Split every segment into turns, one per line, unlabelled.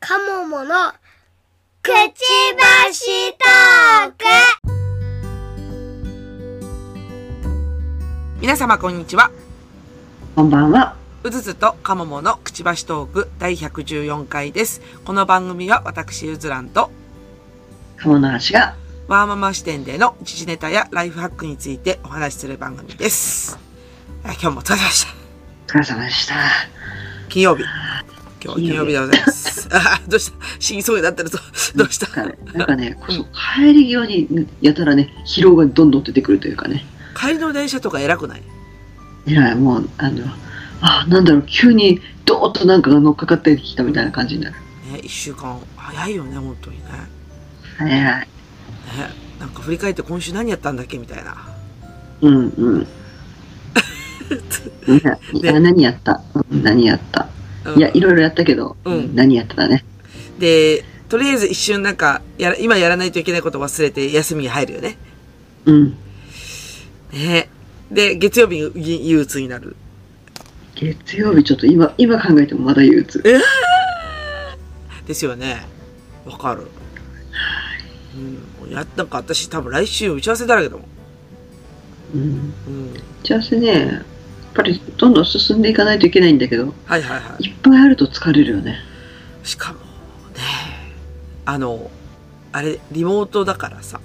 カモモのくちばしトーク
皆様こんにちは。
こんばんは。
うずずとかもものくちばしトーク第114回です。この番組は私うずらんと
鴨の橋が
ワーママ視点での時事ネタやライフハックについてお話しする番組です。あ今日もお疲れ様でした。
お疲れ様でした。
金曜日。今日は金曜日でござい ます。あどうした死にそうになってるぞ。どうした
なんかねなんかね、こそ帰り際にやたらね、疲労がどんどん出てくるというかね。
帰りの電車とか偉くない
いや、もう、あの、あ、なんだろう、急にドーッとなんかが乗っかかってきたみたいな感じになる。
ね、一週間早いよね、本当にね。ね、
はいはい。
なんか振り返って今週何やったんだっけみたいな。
うんうん。 いやいや、
で
何やったうん何やった
うん
いや、いろいろやったけど、
うん
うん何やってたね。
で、とりあえず一瞬なんか、やら今やらないといけないこと忘れて休みに入るよね。
うん。
ねで、月曜日に憂鬱になる。
月曜日ちょっと今、今考えてもまだ憂鬱。
ですよね。わかる。うん。や、なんか私多分来週打ち合わせだらけだもん。
うん。
うん。
打ち合わせね、やっぱりどんどん進んでいかないといけないんだけど、
はいはいはい
っぱいあると疲れるよね。
い。しかも、ねあの、あれ、リモートだからさ、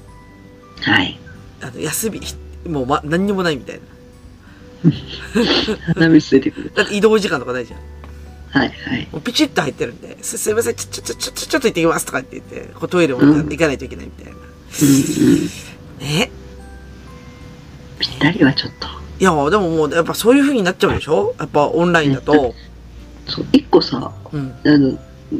はい。
あの、休み、もう、ま、何にもないみたいな。
鼻水出てくる。
だって移動時間とかないじゃん。
はいはい。
もうピチッと入ってるんで、す、すいません、ちょ、ちょ、ちょ、ちょ、ちょっと行ってきますとかって言って、こうトイレも行かないといけないみたいな。
うんうん。
ね
ぴったりはちょっと。
いや、でももう、やっぱそういう風になっちゃうでしょやっぱオンラインだと。
そう、一個さ、
うん。
あの、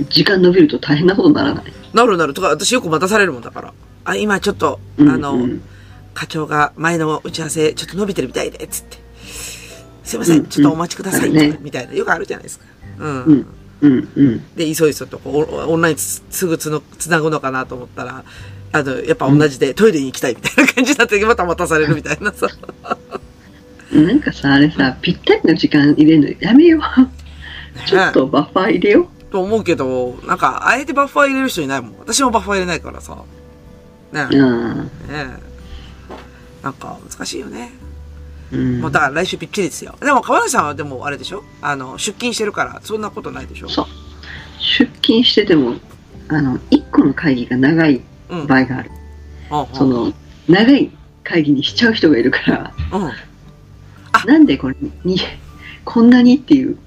時間伸びると大変なことにならない。
なるなるとか、私よく待たされるもんだから。あ、今ちょっと、あの、
うんうん
課長が前の打ち合わせちょっと伸びてるみたいで、つって。すいませ、
うんん
ちょっとお待ちください、
あるね
とかみたいな。よくあるじゃないですか。うん。
うんうんうん。
で、急いそとこう、オンラインつすぐつのつなぐのかなと思ったら、あの、やっぱ同じで、トイレに行きたいみたいな感じになって、また待たされるみたいなさ。
なんかさ、あれさ、ぴったりの時間入れるのやめよう。ちょっとバッファー入れよ
と思うけど、なんか、あえてバッファー入れる人いないもん。私もバッファー入れないからさ。ね
う。う
ね
ん。
え。なんか、難しいよね。
うん
もう、だから来週びっちりですよ。でも、川内さんはでも、あれでしょあの、出勤してるから、そんなことないでしょ
そう。出勤してても、あの、一個の会議が長い
うん。
場合がある。
うん
その、長い会議にしちゃう人がいるから、
うん。うん。
なんでこれに、こんなにっていう。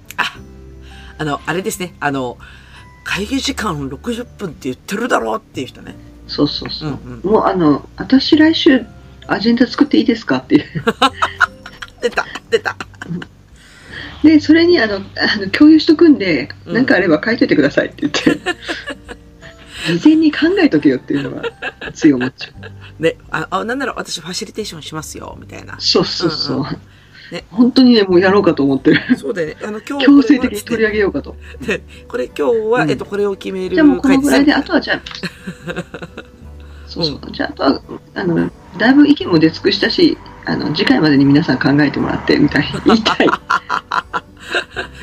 あの、あれですね。あの、会議時間60分って言ってるだろうっていう人ね。
そうそう
う
そ
ん
う。
うん。
もうあの、私来週アジェンダ作っていいですかっていう。
出た出た
で、それにあの、あの共有しとくんで、
うん
なんかあれば書いといてくださいって言って。事前に考えとけよっていうのはつい思っちゃ
ね、あ、あなんなら私ファシリテーションしますよ、みたいな
う。。そうそうそう。
うんうんね
本当にね、もうやろうかと思っ てる。
そうだよね。あの、今日
強制的に取り上げようかと。
で、これ今日は、
うん
えっと、これを決める
じゃあもうこのぐらいで、
回
あ
す
とは じゃあ、そうそう。じゃああとは、あの、だいぶ意見も出尽くしたし、あの、次回までに皆さん考えてもらって、みたい。言いたい。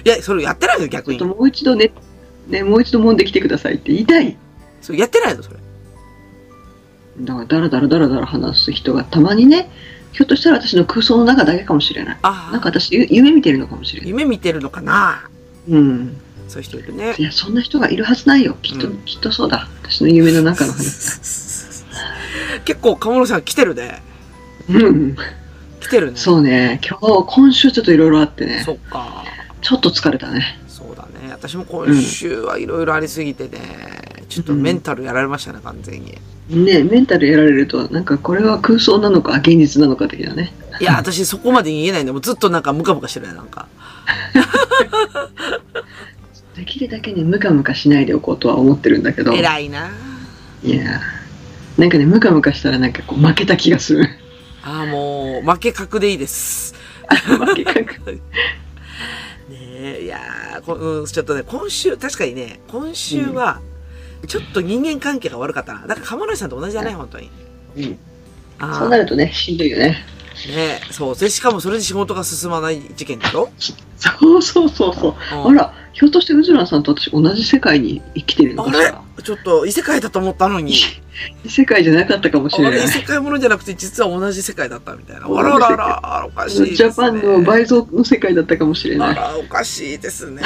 いや、それやってないの
ち
逆
ょっと
に。
もう一度ね、ね、もう一度揉んできてくださいって言いたい。
それやってないのそれ。
だから、だらだらだらだら話す人がたまにね、ひょっとしたら私の空想の中だけかもしれない。
あ
なんか
あ、
私、ゆ夢見てるのかもしれない。
夢見てるのかな
うん。
そういう人いるね
い。や、そんな人がいるはずないよ。きっと、
うん
きっとそうだ。私の夢の中の話。
結構、鴨野さん来てるね。
うん。
来てるね。
そうね。今日、今週ちょっといろいろあってね
そ、っか。
ちょっと疲れたね。
そうだね。私も今週はいろいろありすぎてね。ちょっとメンタルやられましたね、完全に。
ね、メンタルやられると、なんかこれは空想なのか、現実なのか的なね。
い や、私そこまで言えないんで、もうずっとなんかムカムカしてるね、なんか。
できるだけね、ムカムカしないでおこうとは思ってるんだけど。
偉いな。
いやーなんかねムカムカしたらなんかこう負けた気 がする
ああ、もう、負け格でいいです。
負け確
ねえ、いやーこ、うん、ちょっとね、今週、確かにね、今週は、ちょっと人間関係が悪かったな。だから、鴨野さんと同じだね、本当に。
うん
あー
そうなるとねしんどいよね
ねえ、そう。で、しかもそれで仕事が進まない事件でしょ
そうそうそうそう。
あ
あら、ひょっとしてウズランさんと私同じ世界に生きてるの
あ
か
れ
な
ちょっと異世界だと思ったのに。
異世界じゃなかったかもし
あ
れ
れ異
ない。
世界ものじゃなくて、実は同じ世界だったみたいな。あらあらあら、あらおかしいです、ね。
ジャパンの倍増の世界だったかもしれ
あ
ない。
ら、おかしいですね。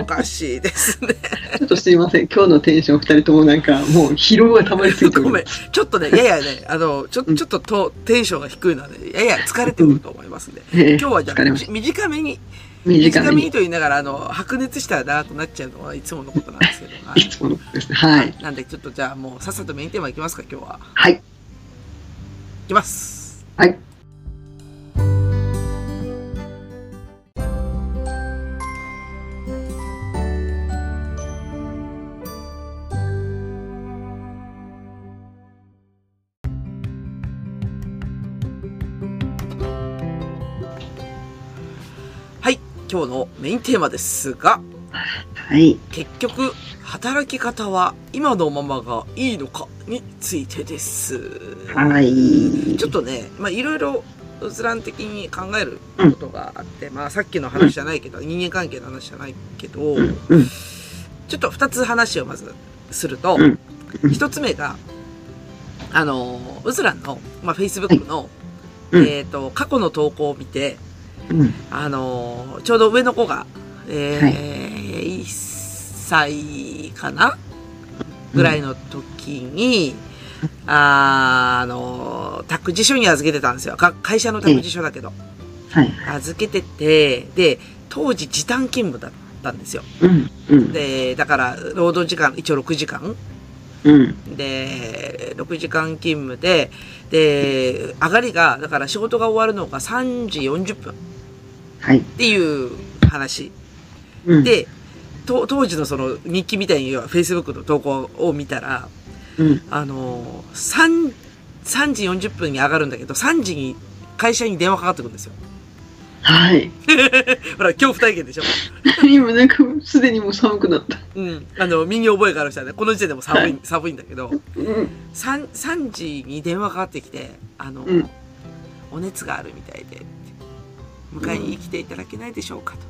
おかしいですね。
ちょっとすいません。今日のテンション二人ともなんかもう疲労が溜まりすぎてお
ご
りま
めん。
す。
ちょっとね、ややね、あの、ちょ、ちょっととテンションが低いので、やや疲れてくると思いますね。
ええ
今日はじゃ
疲れまし
あ、短めに、
た。短めに。
と言いながら、あの、白熱したらなーとなっちゃうのはいつものことなんですけど。はい
つものことですね。はい。。
なんで、ちょっとじゃあもう、さっさとメインテーマいきますか、今日は。
はい。
いきます。
はい。
はい。今日のメインテーマですが、
はい。
結局、働き方は今のままがいいのかについてです。
はい。
ちょっとね、まあ、いろいろ、うずらん的に考えることがあって、まあ、さっきの話じゃないけど、人間関係の話じゃないけど、
うん。
ちょっと二つ話をまずすると
うん、
一、つ目が、あの、うずらんの、まあ、Facebook の、
うん
えっ、と、過去の投稿を見て、
うん。
あのーちょうど上の子が、えー1歳かなぐらいの時に、あーあのー託児所に預けてたんですよ。か会社の託児所だけど。
はい。
預けてて、で、当時時短勤務だったんですよ。
うん。うん。
で、だから、労働時間、一応6時間
うん。
で、6時間勤務で、で、上がりが、だから仕事が終わるのが3時40分っ
はい。
ていう話
うん。
で、と当時のその日記みたいに、要は Facebook の投稿を見たら、
うん。
あのー、3、3時40分に上がるんだけど、3時に会社に電話かかってくるんですよ。
はい。
ほら、恐怖体験でしょ。
今なんかすでにもう寒くなった。
うん。あの、身に覚えがある人はね、この時点でも寒、
はい
寒いんだけど、
うん。
3、3時に電話かかってきて、あの、
うん
お熱があるみたいで、迎えに来ていただけないでしょうかと。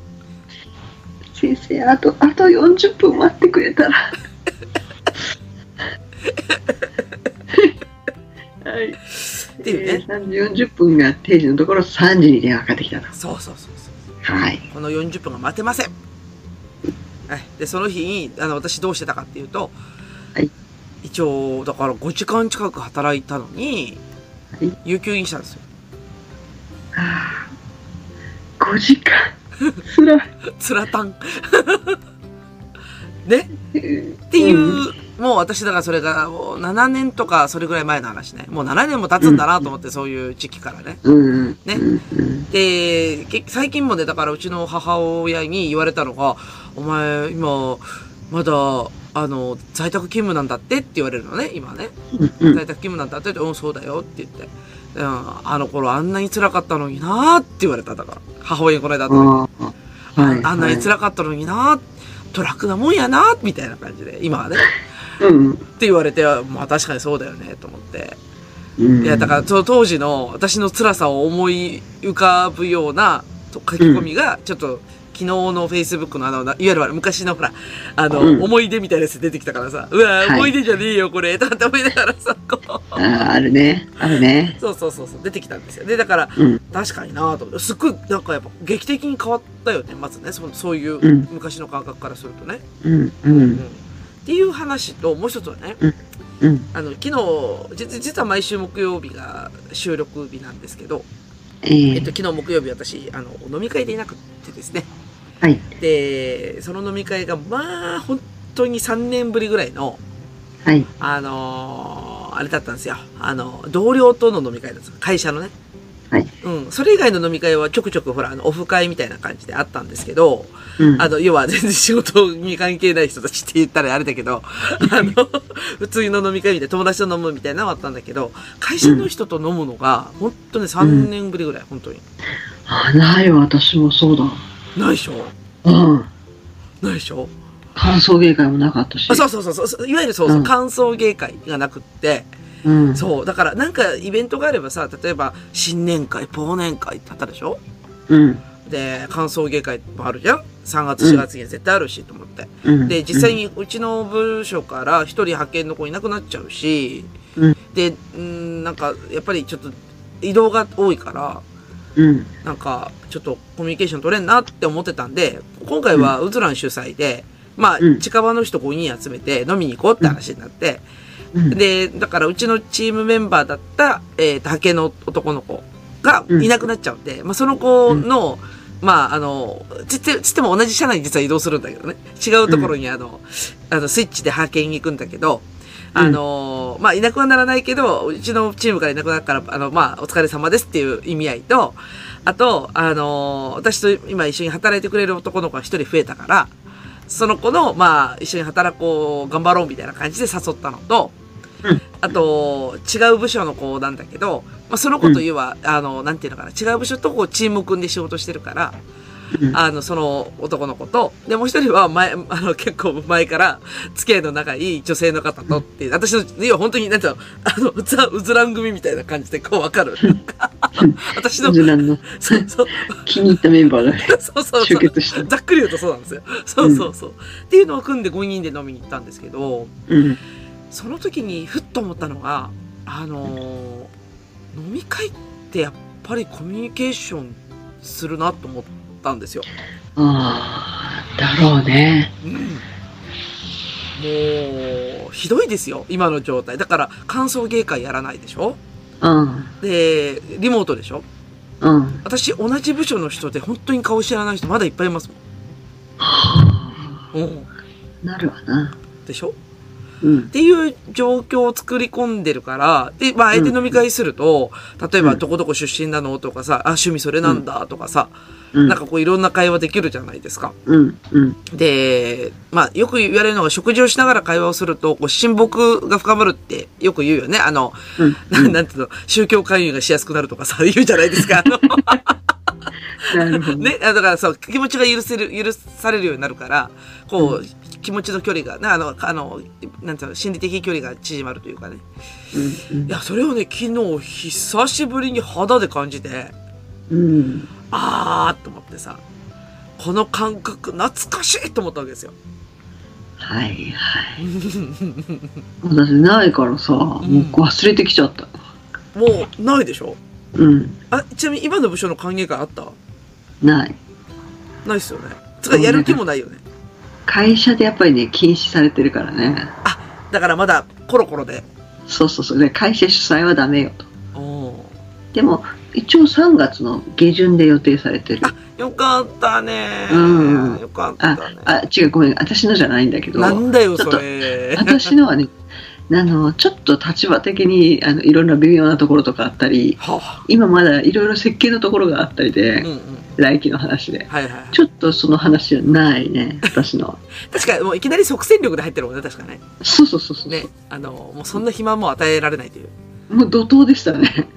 先生、あと、あと40分待ってくれたら。 はい。
ていうね
えー3時40分が定時のところ3時に電話かかってきたと。
そうそうそうそう。
はい。
この40分が待てません。はい。で、その日に、あの、私どうしてたかっていうと、
はい
一応、だから5時間近く働いたのに、
はい
有給にしたんですよ。
ああ。5時間。つらい。
つらたん。 ね
っ
っていう、もう私だからそれが、もう7年とかそれぐらい前の話ね。もう7年も経つんだなと思って、そういう時期からね。
うん。うん。
ね
うんうん。
で、け最近もね、だからうちの母親に言われたのが、お前、今、まだ、あの、在宅勤務なんだってって言われるのね、今ね。
うん。
在宅勤務なんだってって、うん、そうだよって言って。うん、あの頃あんなに辛かったのになーって言われた、だから。母親にこの間会った時
ああ。はい。
あんなに
ら
辛かったのになーと楽なもんやなーみたいな感じで、今はね。
うん。
って言われて、まあ確かにそうだよね、と思って。
うん。
いや、だから、その当時の私の辛さを思い浮かぶようなと書き込みが、ちょっと、昨日の Facebook のあの、ないわゆる昔のほら、あの、
うん
思い出みたいなやつ出てきたからさ、うわ
はい
ー、思い出じゃねえよ、これ、とかって思いながらさ、こう。
ああ、あるね。あるね。
そうそうそうそう、出てきたんですよ。で、だから、
うん。
確かになぁと思って、すっごい、なんかやっぱ劇的に変わったよね、まずね、そのそういう
うん
昔の感覚からするとね。
うん。う
うん。
ん。
っていう話と、もう一つはね、
うん。
あの、昨日、実実は毎週木曜日が収録日なんですけど、
え
え
え
っと、昨日木曜日私、あの、飲み会でいなくてですね。
はい。
で、その飲み会が、まあ、本当に3年ぶりぐらいの、
はい。
あのーあれだったんですよ。あの、同僚との飲み会だったんです会社のね。
はい。
うん。それ以外の飲み会はちょくちょく、ほら、あの、オフ会みたいな感じであったんですけど、
うん。
あの、要は全然仕事に関係ない人たちって言ったらあれだけど、あの、普通の飲み会みたいな、友達と飲むみたいなのはあったんだけど、会社の人と飲むのが、本当に3年ぶりぐらい、本当に。
あ、ないわ、私もそうだ。
ないでしょ
うん。
ないでしょ
歓送迎会もなかったし。
あそうそうそうそう、いわゆるそうそう、
うん
歓送迎会がなくって、
うん。
そう。だから、なんかイベントがあればさ、例えば、新年会、忘年会ってあったでしょ
うん。
で、歓送迎会もあるじゃん ?3 月、4月に絶対あるし、と思って。
うん。
で、実際にうちの部署から一人派遣の子いなくなっちゃうし、
うん
で、うん、なんか、やっぱりちょっと移動が多いから、
うん。
なんか、ちょっとコミュニケーション取れんなって思ってたんで、今回はウズラン主催で、まあ、
うん
近場の人5人集めて飲みに行こうって話になって、
うん。
で、だからうちのチームメンバーだった、えー、竹の男の子が
うん
いなくなっちゃうんで、まあその子の、まああの、つって、つっても同じ社内に実は移動するんだけどね。違うところにあの、あの、スイッチで派遣に行くんだけど、あの、まあいなくはならないけど、うちのチームからいなくなるから、あの、まあお疲れ様ですっていう意味合いと、あと、あの、私と今一緒に働いてくれる男の子が一人増えたから、その子の、まあ、一緒に働こう、頑張ろうみたいな感じで誘ったのと、
うん
あと、違う部署の子なんだけど、まあ、その子というは、あの、なんていうのかな、違う部署とこう、チームを組んで仕事してるから、
うん
あの、その男の子と、で、もう一人は前、あの、結構前から、付き合いの長い女性の方とっていう、私の、要は本当に、なんていうの、あの、うつら、うずらん組みたいな感じで、こう、わかる。私の
ウ、ズランの
そうそう、
気に入ったメンバーが
そうそうそ
集
う。
結した。
ざっくり言うとそうなんですよ。そうそうそう。っていうのを組んで5人で飲みに行ったんですけど、
うん。
その時にふっと思ったのが、あのー飲み会ってやっぱりコミュニケーションするなと思ったんですよ。
ああ、だろうね。
うんもう、ひどいですよ、今の状態。だから、歓送迎会やらないでしょ
うん。
で、リモートでしょ
うん。
私、同じ部署の人で本当に顔知らない人まだいっぱいいます
はあ
もん。うん。
なるわな。
でしょ
うん
っ。ていう状況を作り込んでるから、で、まあ、相手飲み会すると、例えば、
うん
どこどこ出身なのとかさ、あ、趣味それなんだとかさ、
うん
なんかこう、いろんな会話できるじゃないですか。
うん。うん。
で、まあ、よく言われるのが、食事をしながら会話をすると、こう、親睦が深まるって、よく言うよね。あの、
うん。
ななんていうの、宗教勧誘がしやすくなるとかさ、 言うじゃないですか。あの、
なるほど。
ね、あだからそう、気持ちが許せる、許されるようになるから、こう、気持ちの距離が、ね、あの、あの、なんていうの、心理的距離が縮まるというかね。
うん
いや、それをね、昨日久しぶりに肌で感じて、
うん。
あーと思ってさ、この感覚懐かしいと思ったわけですよ。
は いはい。私ないからさ、もう忘れてきちゃった。
もう、ないでしょ
うん。
あ、ちなみに今の部署の歓迎会あった
ない。
ないっすよね。つか、やる気もないよね。
会社でやっぱりね、禁止されてるからね。
だからまだ、コロコロで。
そうそうそう。で会社主催はダメよと。
おー
でも、一応3月の下旬で予定されてる。
よかったね
うん
よかった
あ
ね。、
あ、違う、ごめん。私のじゃないんだけど。
なんだよ、
ちょっ
そ
と
れ。
私のはね、 あの、ちょっと立場的に、あの、いろんな微妙なところとかあったり、
はあ、
今まだいろいろ設計のところがあったりで、
うんうん。
来期の話で。
はいはい。
ちょっとその話はないね、私のは。
確か、もういきなり即戦力で入ってるもんね、確かね。
そうそうそうそう。
ね。あの、もうそんな暇も与えられないという。
もう怒涛でしたね。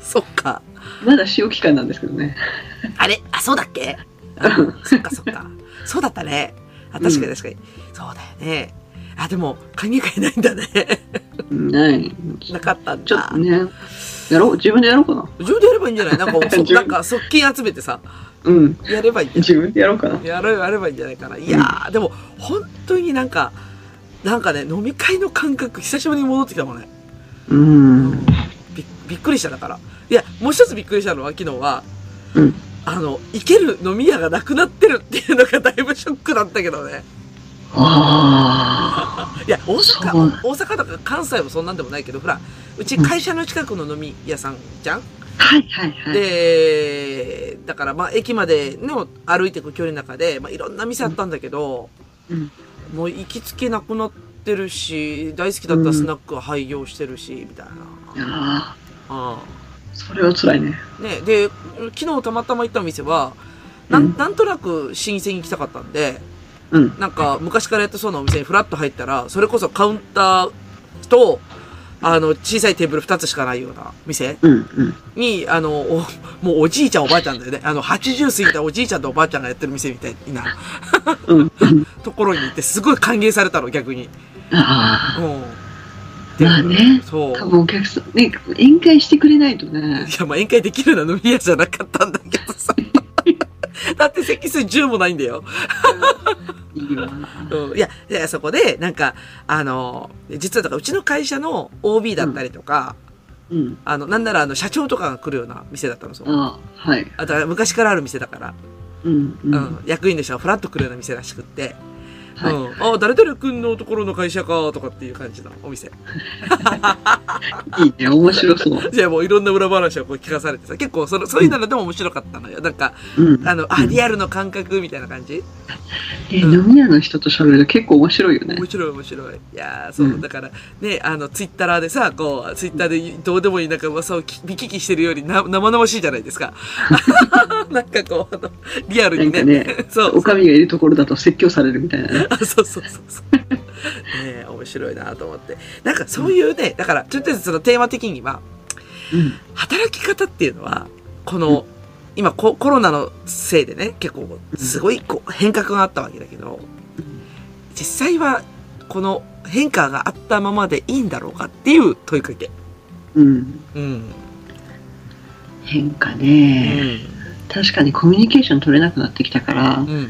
そっか。
まだ使用期間なんですけどね。
あれあ、そうだっけあそっかそっか。そうだったね。あ、確かに確かに。そうだよね。あ、でも、歓迎会ないんだね。
ない。
なかったん
ちょっ
だ
と。ね、やろう、自分でやろうかな。
自分でやればいいんじゃない なんか、そ
自分
なんか、側近集めてさ、
うん。
やればいいんじゃない
自分でやろうかな。
やればやればいいんじゃないかな。いやー、でも、本当になんか、なんかね、飲み会の感覚、久しぶりに戻ってきたもんね。
うん。
びびっくりしただから。いや、もう一つびっくりしたのは、昨日は、
うん。
あの、行ける飲み屋がなくなってるっていうのがだいぶショックだったけどね。
あ
いや、大
そう
阪、大阪とか関西もそんなんでもないけど、ほら、うち会社の近くの飲み屋さんじゃん、
あ。はいはいはい。
で、だからまあ駅までの歩いていく距離の中で、まあいろんな店あったんだけど、
うん。
もう行きつけなくなってるし、大好きだったスナックは廃業してるし、みたいな。
あ
あ
あ、それは辛いね。
あね、で、昨日たまたま行った店は、なん,、
うん
なんとなく新鮮に行きたかったんで、
うん。
なんか昔からやってそうなお店にフラッと入ったら、それこそカウンターと、あの、小さいテーブル2つしかないような店
うんうん。
に、あの、おもうおじいちゃんおばあちゃんだよね。あの、80過ぎたおじいちゃんとおばあちゃんがやってる店みたいな
うんうん。
ところに行って、すごい歓迎されたの、逆に。
ああ。
うん。てくる
まあね
そう。
多分お客さん、ね、宴会してくれないとね
い。や、まあ、宴会できるのは飲み屋じゃなかったんだけどさ。 だって席数10もないんだよ。
いいわ。
うん、いや、いやそこで、なんか、あの、実はだからうちの会社の OB だったりとか、
うん。
あの、なんならあの、社長とかが来るような店だったの、そう。
ああ、はい。
あとは昔からある店だから、
うん。う。
うんん、
は
役員の人がフラッと来るような店らしくって、
い。
うん、ああ、誰々君のところの会社か、とかっていう感 じのお店。
いいね、面白そう。
じゃあもういろんな裏話をこう聞かされてさ、結構その、そういうのでも面白かったのよ。なんか、
うん。
あの、あ、リアルの感覚みたいな感じ
え飲み屋の人と喋ると結構面白いよね
面。白い面白い。いやーそう、
うん
だから、ね、あの、ツイッターでさ、こう、ツイッターでどうでもいいなんか噂をき見聞きしてるよりな生々しいじゃない ですか。なんかこう、あの、リアル
な
に
ん
ね。
かね、
そう
おかみがいるところだと説教されるみたいなね。
あそうそうそうそう。ねえ面白いなと思って。なんかそういうね、だから、ちょっとずつそのテーマ的には、
うん。
働き方っていうのは、この、今ココロナのせいでね、結構すごいこう変革があったわけだけど、実際はこの変化があったままでいいんだろうかっていう問いかけ。
うん。
うん。
変化
う
ね、
ん。
確かにコミュニケーション取れなくなってきたから、
うん。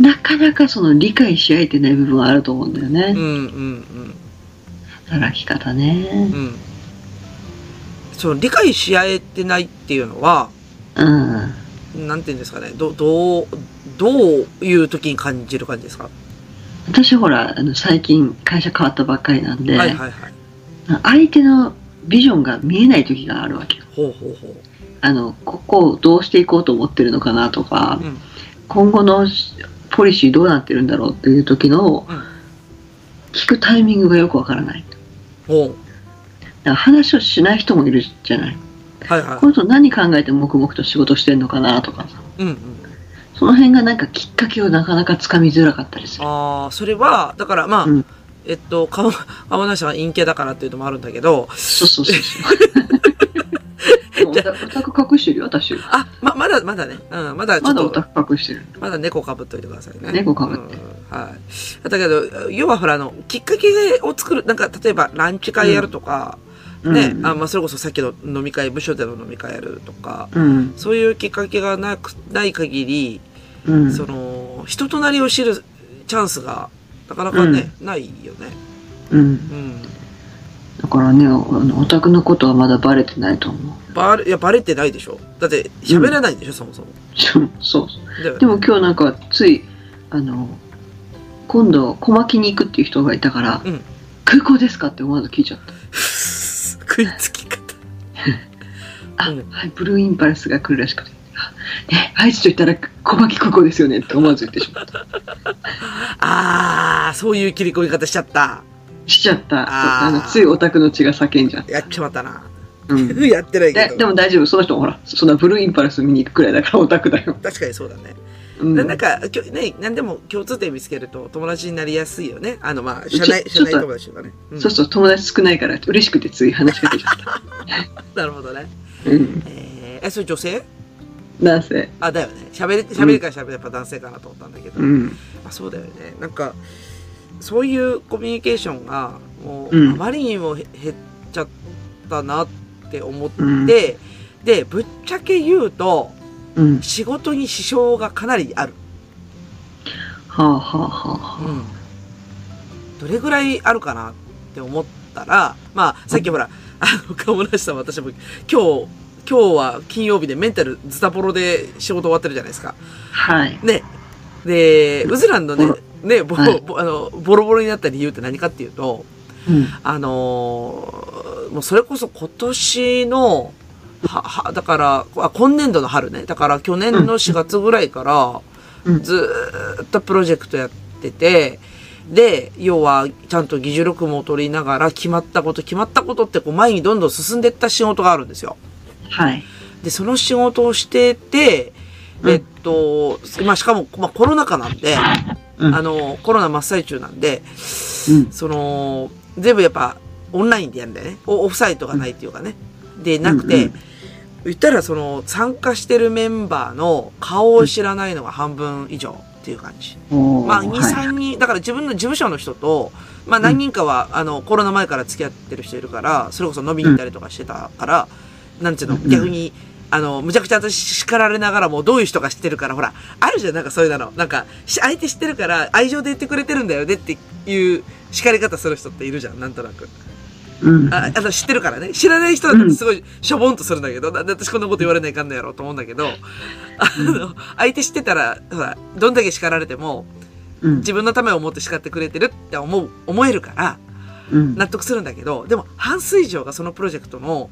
なかなかその理解し合えてない部分はあると思うんだよね、
うん。うん。
働き方ね
うん。その理解し合えてないっていうのは、
うん、
なんていうんですかね、ど、どう、どういう時に感じる感じですか、
私ほらあの最近会社変わったばっかりなんで、
はいはいはい。
相手のビジョンが見えない時があるわけよ
ほうほうほ
あのここをどうしていこうと思ってるのかなとか、
う。うん。
今後のポリシーどうなってるんだろうっていう時の
うん
聞くタイミングがよくわからないだか
ほ。
ら話をしない人もいるじゃないう
はいは
この人何考えて黙々と仕事してんのかなとかさ
い。うんうん。
その辺がなんかきっかけをなかなかつかみづらかったりする。
ああ、それは、だからまあ、
うん
えっと、川川梨さんは陰形だからっていうのもあるんだけど、
そうそうそう そう。でもオタク隠してるよ、私。
あ、ま、まだ、まだね。うん、まだちょ
ま
っ
だオ
と、ま
タ
だ
ク隠してる。
猫かぶっといてくださいね。
猫被って
うんはい。だけど、要はほら、あの、きっかけを作る、なんか、例えば、ランチ会やるとか、
うん
ね、
うん
あ、まあ、それこそさっきの飲み会、部署での飲み会やるとか、
うん。
そういうきっかけがなく、ない限り、
うん。
その、人となりを知るチャンスが、なかなかね、ないよね。
うん。
うん。
だからね、あのオタクのことはまだバレてないと思う。
バレ、いや、バレてないでしょ。だって、喋らないんでしょ、そもそも。
そうそう。
だよね
でも今日なんかつい、あの、今度小牧に行くっていう人がいたから、
うん
空港ですかって思わず聞いちゃった。
食いつき方。
あ、
うん
はい、ブルーインパルスが来るらしくて。あね、愛知と言ったら小牧空港ですよねって思わず言ってしまった。
ああ、そういう切り込み方しちゃった。
しちゃった。
あ
あ
ー
のついオタクの血が叫んじゃった。
やっちまったな。
うん、
やってないけ
でで
ど。
も大丈夫、その人もほら、そんなブルーインパルス見に行くくらいだからオタクだよ。
確かにそうだね。
うん、
なんか、きょね、何でも共通点見つけると友達になりやすいよね。あの、まあ、
ちょ
社内、
ちょ
社
っと
内友達とかね。ん
そうそう、友達少ないから嬉しくてつい話しかけちゃった。
なるほどね。
うん、
えー、えそれ女性
なんせ。
あ、だよね。喋る、喋るから喋るやっぱ男性かなと思ったんだけど。
うん、
あそうだよね。なんか、そういうコミュニケーションが、もう、
うん
あまりにもへ減っちゃったなって思って、
うん
で、ぶっちゃけ言うと、
うん、
仕事に支障がかなりある。
はあはあはあはあ。
どれぐらいあるかなって思ったら、まあ、さっきほら、あの、鴨梨さん私も今日、今日は金曜日でメンタルズタボロで仕事終わってるじゃないですか。
はい。
ね。で、うずらんのね
ボロ、
ね、ボ
はい
ロ、ぼあの、ボロボロになった理由って何かっていうと、
うん、
あのーもうそれこそ今年の、は、は、だから、あ今年度の春ね。だから去年の4月ぐらいから、
うん、
ずーっとプロジェクトやってて、で、要は、ちゃんと議事録も取りながら、決まったこと、決まったことって、こう、前にどんどん進んでいった仕事があるんですよ。
はい。
で、その仕事をしてて、
うん
えっと、まあ、しかも、まあ、コロナ禍なんで、
うん
あの、コロナ真っ最中なんで、
うん、
その、全部やっぱ、オンラインでやるんだよね。オオフサイトがないっていうかね。で、なくて、
うん
言ったら、その、参加してるメンバーの顔を知らないのが半分以上。っていう感じ。
おー
まあ、
はい
2、3人、だから自分の事務所の人と、まあ、何人かは、あの、コロナ前から付き合ってる人いるから、それこそ飲みに行ったりとかしてたから、なんていうの、
うん
逆に、あの、むちゃくちゃ私叱られながらも、どういう人が知ってるから、ほら、あるじゃん、なんかそういうの。なんか、し相手知ってるから、愛情で言ってくれてるんだよねっていう叱り方する人っているじゃん、なんとなく。
うん。
あ、あの、知ってるからね。知らない人だとすごい、しょぼんとするんだけど、なんで私こんなこと言われないかんのやろうと思うんだけど、あの、相手知ってたら、ほら、どんだけ叱られても、
うん。
自分のためを思って叱ってくれてるって思う、思えるから、
うん。
納得するんだけど、でも、半数以上がそのプロジェクトの、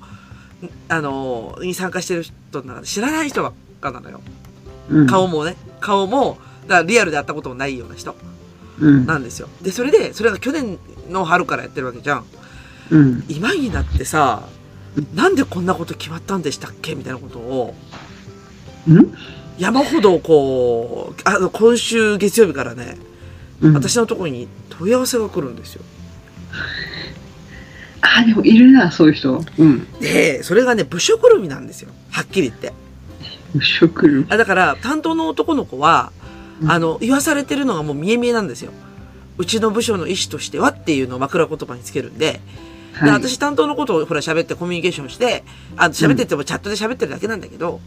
んあの、に参加してる人の中で知らない人ばっかなのよ。
うん
顔もね、顔も、だからリアルで会ったこともないような人
うん。
なんですよ。で、それで、それが去年の春からやってるわけじゃん。
うん。
今になってさ、なんでこんなこと決まったんでしたっけみたいなことを、
うん
山ほどこう、あの、今週月曜日からね、
うん。
私のところに問い合わせが来るんですよ。
あ、でもいるな、そういう人。うん。
で、それがね、部署ぐるみなんですよ。はっきり言って。
無職る。
あだから、担当の男の子は、
うん
あの、言わされてるのがもう見え見えなんですよ。うちの部署の意思としてはっていうのを枕言葉につけるんで、
はい。
で私担当のことをほら喋ってコミュニケーションして、あの喋っててもチャットで喋ってるだけなんだけど、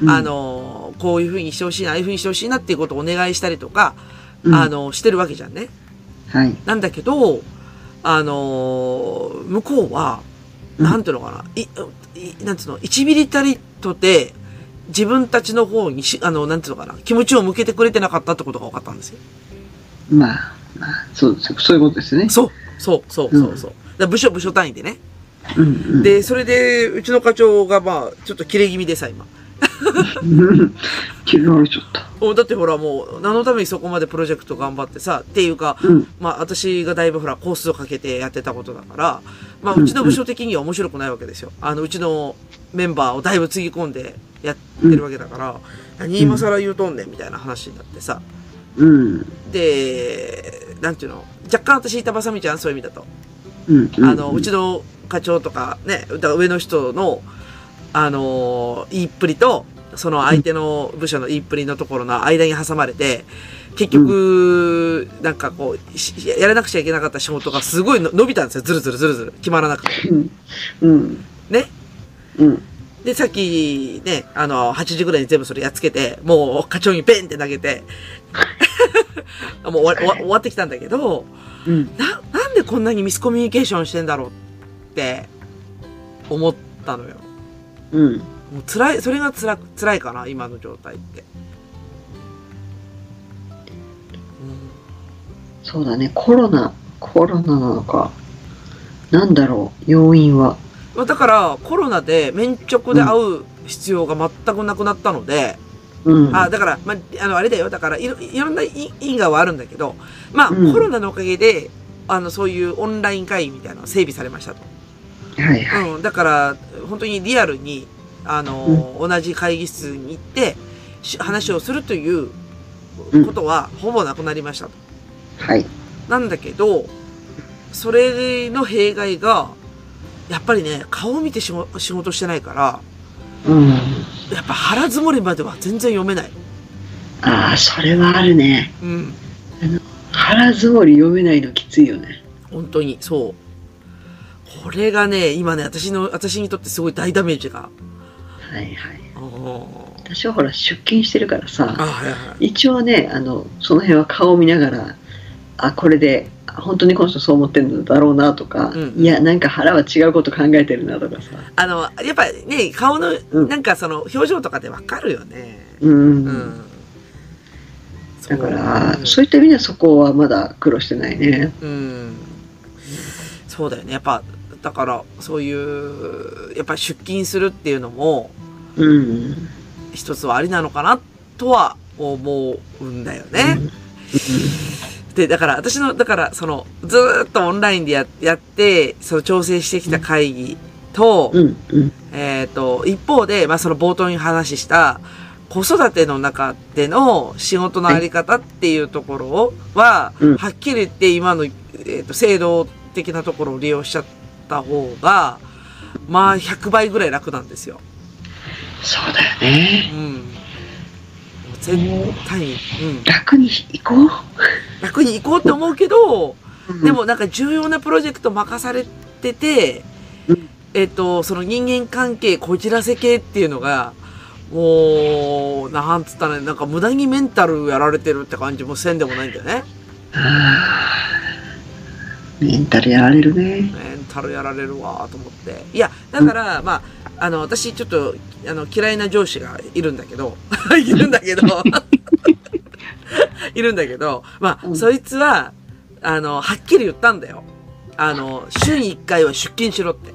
うん
あ、の、こういうふうにしてほしいな、ああいうふうにしてほしいなっていうことをお願いしたりとか、
うん
あの、してるわけじゃんね。
はい。
なんだけど、あの、向こうは、
うん
なんていうのかな、い、いなんつうの、1ミリたりとて、自分たちの方にし、あの、なんていうのかな、気持ちを向けてくれてなかったってことが分かったんですよ。
まあ、まあ、そう、そうそういうことですね。
そう、そう、そう、そう、そう。だから部署、部署単位でね。
うん。うん。
で、それで、うちの課長が、まあ、ちょっと切れ気味でさ、今。
うん切られちゃった。
おだってほら、もう、何のためにそこまでプロジェクト頑張ってさ、っていうか、
うん。
まあ、私がだいぶほら、コースをかけてやってたことだから、まあ、
うん
うちの部署的には面白くないわけですよ。あの、うちのメンバーをだいぶつぎ込んでやってるわけだから、何今更言うとんねん、みたいな話になってさ。
うん。
で、なんていうの若干私板挟みちゃん、そういう意味だと。
うん。うん
あの、うちの課長とかね、だから上の人の、あのー言いっぷりと、その相手の部署の言いっぷりのところの間に挟まれて、結局、なんかこう、しやらなくちゃいけなかった仕事がすごいの伸びたんですよ。ずるずるずるずる。決まらなくて。
うん。うん。
ね。
うん。
で、さっきね、あの、8時ぐらいに全部それやっつけて、もう課長にベンって投げて、もう終わ終わ終わってきたんだけど、
うん。
な、なんでこんなにミスコミュニケーションしてんだろうって思ったのよ。
うん。
もう辛い、それが辛く、辛いかな、今の状態って。
そうだね、コロナ、コロナなのか。なんだろう、要因は。
まあ、だから、コロナで面直で会う必要が全くなくなったので、
うん。
あ、だから、まあ、あの、あれだよ。だから、いろ、いろんな因因果はあるんだけど、まあ、
うん
コロナのおかげで、あの、そういうオンライン会議みたいなのが整備されましたと。
はいはい。
うん、だから、本当にリアルに、あの、同じ会議室に行って、し話をするという
うん
ことは、ほぼなくなりましたと。
はい。
なんだけど、それの弊害が、やっぱりね、顔を見て仕事仕事してないから、
うん。
やっぱ腹積もりまでは全然読めない。
ああ、それはあるね。
うん。
腹積もり読めないのきついよね。
本当に、そう。これがね、今ね、私の、私にとってすごい大ダメージが。
はいはい。
あー
私はほら、出勤してるから
あ、
さ、
はいはい。
一応ね、あの、その辺は顔を見ながら、あ、これで、あ本当にこの人そう思ってるんだろうなとか、
うん
いや、なんか腹は違うこと考えてるなとかさ。
あの、やっぱね、顔の、
うん
なんかその、表情とかでわかるよね。
うん。
うん。
だから、
そう
そういった意味ではそこはまだ苦労してないね。
うん。そうだよね。やっぱ、だから、そういう、やっぱ出勤するっていうのも、
うん。
一つはありなのかな、とは思うんだよね。で、だから、私の、だから、その、ずーっとオンラインでややって、その調整してきた会議と、
うんうん
えっ、と、一方で、まあ、その冒頭に話した、子育ての中での仕事のあり方っていうところをは、
うん
はっきり言って今の、えー、と制度的なところを利用しちゃった方が、まあ、100倍ぐらい楽なんですよ。
そうだよ
う
ね。
ん。もう絶対に、うん、
楽に行こう。
楽に行こうって思うけど、
うん
で、もなんか重要なプロジェクト任されてて
うん、
えっと、その人間関係こじらせ系っていうのが、もう、なんつったら、なんか無駄にメンタルやられてるって感じもせんでもないんだよね。
あーメンタルやられるね。
メンタルやられるわと思って。いや、だから、まあ、あの、私ちょっと、あの、嫌いな上司がいるんだけど、 いるんだ けど、いるんだけど、まあ、
うん
そいつは、あの、はっきり言ったんだよ。あの、週に1回は出勤しろって。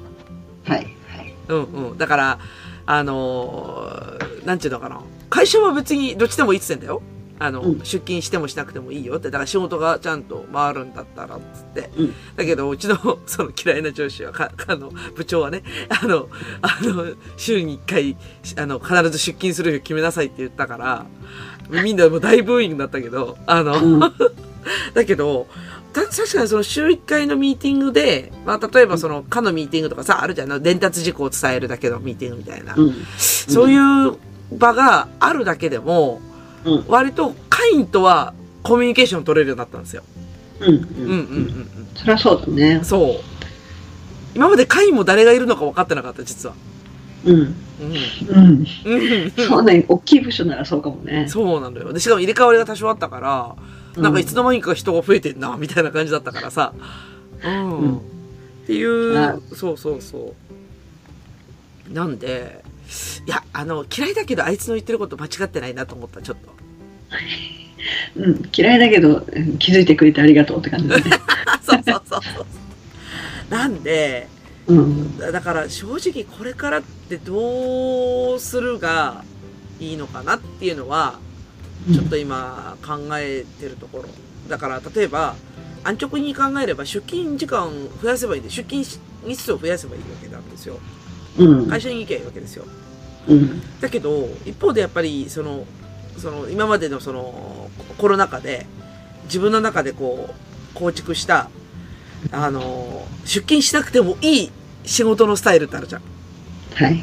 はい。はい。
うんうん。だから、あのーなんちゅうのかな。会社は別にどっちでもいいって言ってんだよ。あの、
うん
出勤してもしなくてもいいよって。だから仕事がちゃんと回るんだったら、つって。
うん
だけど、うちの、 その嫌いな上司は、か、あの、部長はね、あの、あの、週に一回、あの、必ず出勤する日を決めなさいって言ったから、みんなもう大ブーイングだったけど、あの、
うん
だけど、た確かにその週1回のミーティングで、まあ例えばその、かのミーティングとかさ、あるじゃん。伝達事項を伝えるだけのミーティングみたいな。
うん。
そういう場があるだけでも、
うん
割と会員とはコミュニケーション取れるようになったんですよ。
うん。
うん
う
うん
ん。
うん
そりゃそうだ
う
ね
ん。。そう。今まで会員も誰がいるのか分かってなかった、実は。
うん。
うん。
うん。
うん。
そうね。大きい部署ならそうかもね。
そうなんだよ。で、しかも入れ替わりが多少あったから、なんかいつの間にか人が増えてんな、みたいな感じだったからさ。うん。
うん
ってい
あ
う、そうそうそう。なんで、いや、あの、嫌いだけど、あいつの言ってること間違ってないなと思った、ちょっと。
うん。嫌いだけど、うん気づいてくれてありがとうって感じ だね。
あそうそうそうそう。なんで、
うん。
だだから正直これからってどうするがいいのかなっていうのは、ちょっと今考えてるところ。だから例えば、安直に考えれば出勤時間増やせばいいんで、出勤日数を増やせばいいわけなんですよ。
うん。
会社に行けばいいわけですよ。
うん。
だけど、一方でやっぱり、その、その、今までのその、コロナ禍で、自分の中でこう、構築した、あの、出勤しなくてもいい仕事のスタイルってあるじゃん。
はい。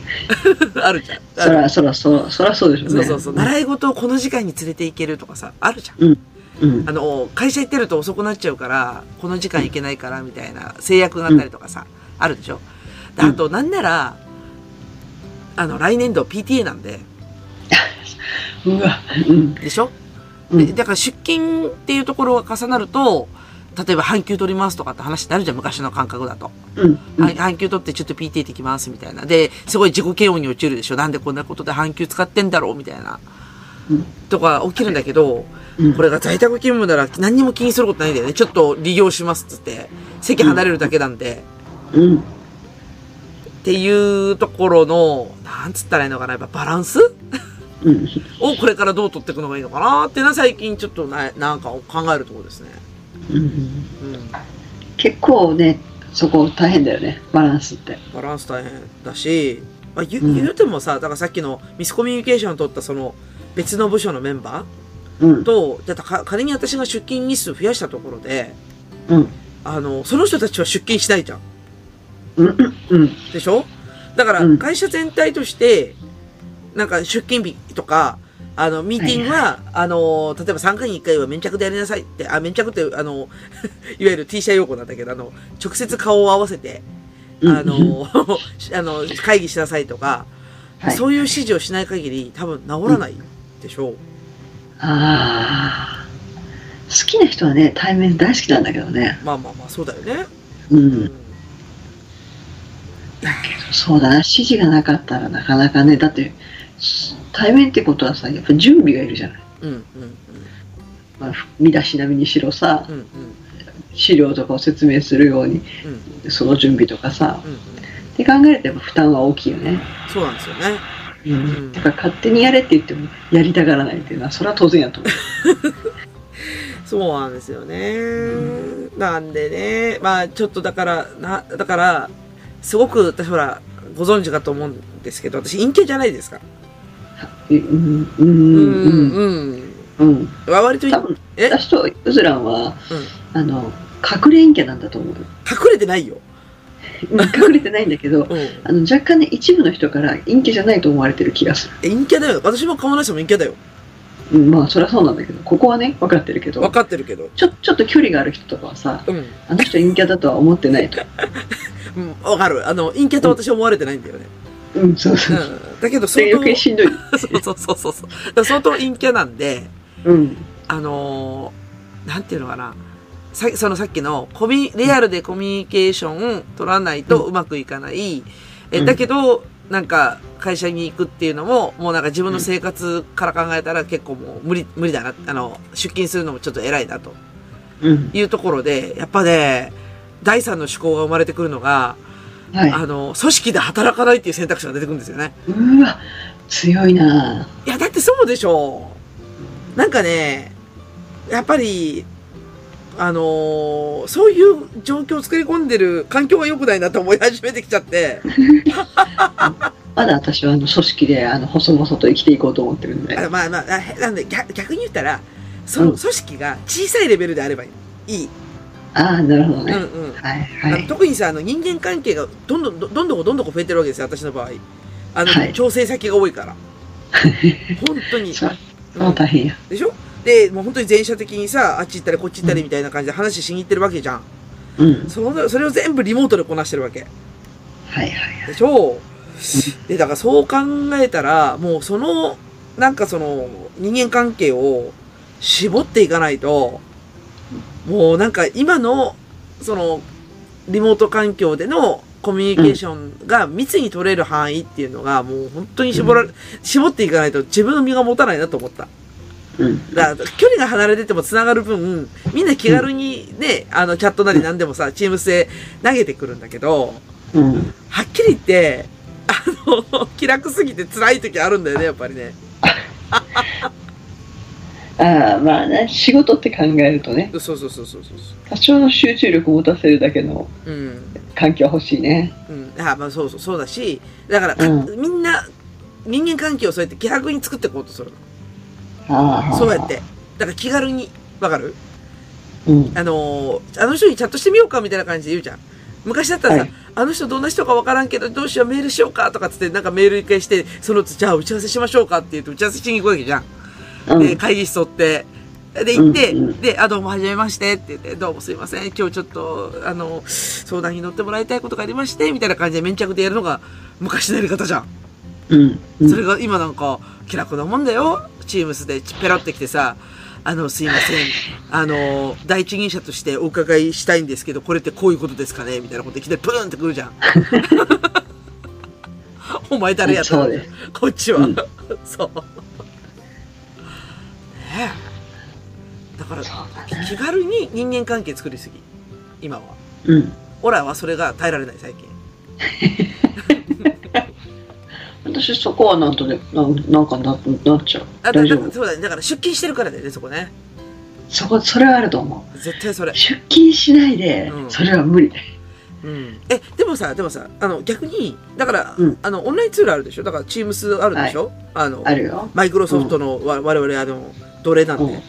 あるじゃん。
そら、そら、そう、そらそうでしょうね。
そうそうそう。習い事をこの時間に連れて行けるとかさ、あるじゃん。
うん。
あの、会社行ってると遅くなっちゃうから、この時間行けないから、みたいな制約があったりとかさ、あるでしょ。であと、なんなら、あの、来年度 PTA なんで、
うわ。うん。
でしょ
う
で
ん。
だから出勤っていうところが重なると、例えば半休取りますとかって話になるじゃん、昔の感覚だと。
うん。
は半休取ってちょっと PT できますみたいな。で、すごい自己嫌悪に陥るでしょ。なんでこんなことで半休使ってんだろうみたいな。
うん
とか起きるんだけど、
うん
これが在宅勤務なら何にも気にすることないんだよね。ちょっと利用しますっつって、席離れるだけなんで。
うん。
っていうところの、なんつったらいいのかな、やっぱバランス
うん。
をこれからどう取っていくのがいいのかなっていうのは最近ちょっとな、なんか考えるところですね。
うん。
うん。
結構ねそこ大変だよねバランスって
バランス大変だし、まあ、言
うん
う言うてもさ、だからさっきのミスコミュニケーションを取ったその別の部署のメンバ
うん
ーと、だってか仮に私が出勤日数増やしたところで、
うん
あの、その人たちは出勤しないじゃん。
うんうんうん
でしょだから
うん
会社全体として、なんか出勤日とか、あの、ミーティングは、あの、例えば3回に1回は粘着でやりなさいって、あ、粘着って、あの、 いわゆる T 社用語なんだけど、あの、直接顔を合わせて、あの、 あの、会議しなさいとか、
はい
そういう指示をしない限り多分治らないでしょう。
ああ好きな人はね対面大好きなんだけどね
まあまあまあ、そうだよね。
う
うん
んそうだな指示がなかったらなかなかねだって対面ってことはさやっぱ準備がいるじゃない、
うん、うん、
まあ、身だしなみにしろさ
うん、うん、
資料とかを説明するよう
う
に
ん、うん、
その準備とかさ
うん。
って考えるとやっぱ負担は大きいよね
そうなんですよね。
うんだから勝手にやれって言ってもやりたがらないっていうのはそれは当然やと思う
そうなんですよね。なんでね、まあちょっとだから、な、だから、すごく、私ほら、ご存知かと思うんですけど、私陰キャじゃないですか。
うんう
うん
うん
うん。
うん
割と、
多分
え
私とウズランは、あの隠れ陰キャなんだと思う
隠れてないよ。
うん隠れてないんだけ
う
ど
ん。
あの若干ね一部の人から陰キャじゃないと思われてる気がする
陰キャだよ。私も顔なしも陰キャだよ。
うんまあそりゃそうなんだけどここはね分かってるけ
分
ど
かってるけど。
ちょちょっと距離がある人とかはさ
うん。
あの人陰キャだとは思ってないと
うん分かる。あの、陰キャと私思われてないんだよね。。
うんそうそううそうん
だけど、相
で
当、
余計しんどい
そうそうそうそうそう。だから相当陰キャなんで、
うん
あのーなんていうのかな。さそのさっきのコミ、リアルでコミュニケーション取らないとうまくいかない。え、
うん
だけど、なんか、会社に行くっていうのも、もうなんか自分の生活から考えたら結構もう無理、無理だな。あの、出勤するのもちょっと偉いなと
うん
いうところで、やっぱね、第三の思考が生まれてくるのが、
はい
あの、組織で働かないっていう選択肢が出てくるんですよね。
うわ強いない
や、だってそうでしょう。なんかね、やっぱり、あのーそういう状況を作り込んでる環境が良くないなと思い始めてきちゃ って、
まだ私はあの組織であの細々と生きていこうと思ってるんで
あまあまあ、あへなんで逆逆に言ったら、その
うん
組織が小さいレベルであればいい。
ああなるほど
うん
ね、
うん。
はい
あ
は
の
い
特にさ、あの人間関係がどんどん、どんどんどんどん増えてるわけですよ、私の場合。あの、
はい
調整先が多いから。本当に。
そう
うん
もう大変や
でしょで、もう本当に全社的にさ、あっち行ったりこっち行ったりみたいな感じで話しに行ってるわけじゃん。
うん
その、それを全部リモートでこなしてるわけ。
はいはい
でしょで、だからそう考えたら、もうその、なんかその、人間関係を絞っていかないと、もうなんか今の、その、リモート環境でのコミュニケーションが密に取れる範囲っていうのが、もう本当に絞ら、絞っていかないと自分の身が持たないなと思った。
うん
だから距離が離れてても繋がる分、みんな気軽にね、あの、チャットなり何でもさ、チームで投げてくるんだけど、
うん
はっきり言って、あの、 気楽すぎて辛い時あるんだよね、やっぱりね。
ああまあね仕事って考えるとね
そうそうそうそうそうそ
多少の集中力を持たせるだけの
う。うん。
環境は欲しいね
うん。あまあそうそう、そうだし、だから、
う
みんな、人間関係をそうやって気楽に作っていこうとする
あ
の。そうやっ、て。だから気軽に、わかる
うん、
あのーあの人にチャットしてみようかみたいな感じで言うじゃん。昔だったらさ、
はい
あの人どんな人かわからんけど、どうしようメールしようかとかっつって、なんかメール一回して、そのうち、じゃあ打ち合わせしましょうかって言うと、打ち合わせしに行くわけじゃん。
う
で、
ん、
会議室取って、で、行って、
うんうん
で、あ、どうも、はじめましてって言って、どうもすいません、今日ちょっと、あの、相談に乗ってもらいたいことがありまして、みたいな感じで粘着でやるのが昔のやり方じゃん。
うん、
それが今なんか、気楽なもんだよ。チームスでペロってきてさ、あの、すいません。あの、第一人者としてお伺いしたいんですけど、これってこういうことですかねみたいなこといきなりプーンってくる じゃん。お前誰やった
そうです
こっちは。
うん
そう。ねえ。だから、
そうだね
気軽に人間関係作りすぎ。今は。
うん、
オラはそれが耐えられない、最近。
私そこはなんとねなんなんかななっちゃう
あだ
大丈
だ
夫
そうだね。だから出勤してるからだよね、そこね。
そこそれはあると思
絶対それ
う。出勤しないで、
うん
それは無理
うん、えでもさでもさあの逆にだから、
うん
あのオンラインツールあるでしょだから Teams あるでしょ、あの
あるよ、
マイクロソフトの、わ我々あの奴隷なんで、
うん
あ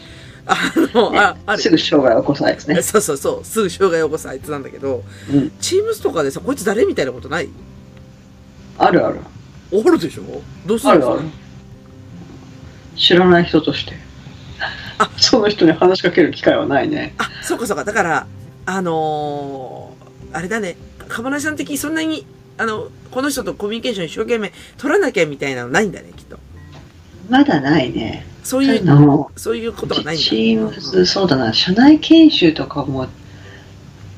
のあある
すぐ障害を起こすあいです ね
そうそうそうすぐ障害を起こすあいつなんだけど、
うん
Teams とかでさこいつ誰みたいなことない
あるある
あるでしょどうす
あ
る
るあ
の
る知らない人として
あ
その人に話しかける機会はないね
あそうかそうかだからあのーあれだね鎌梨さん的にそんなにあのこの人とコミュニケーション一生懸命取らなきゃみたいなのないんだねきっと
まだないね
そう
そう
い
いう
う
の
そういうことがないんだ
チームズそうだな社内研修とかも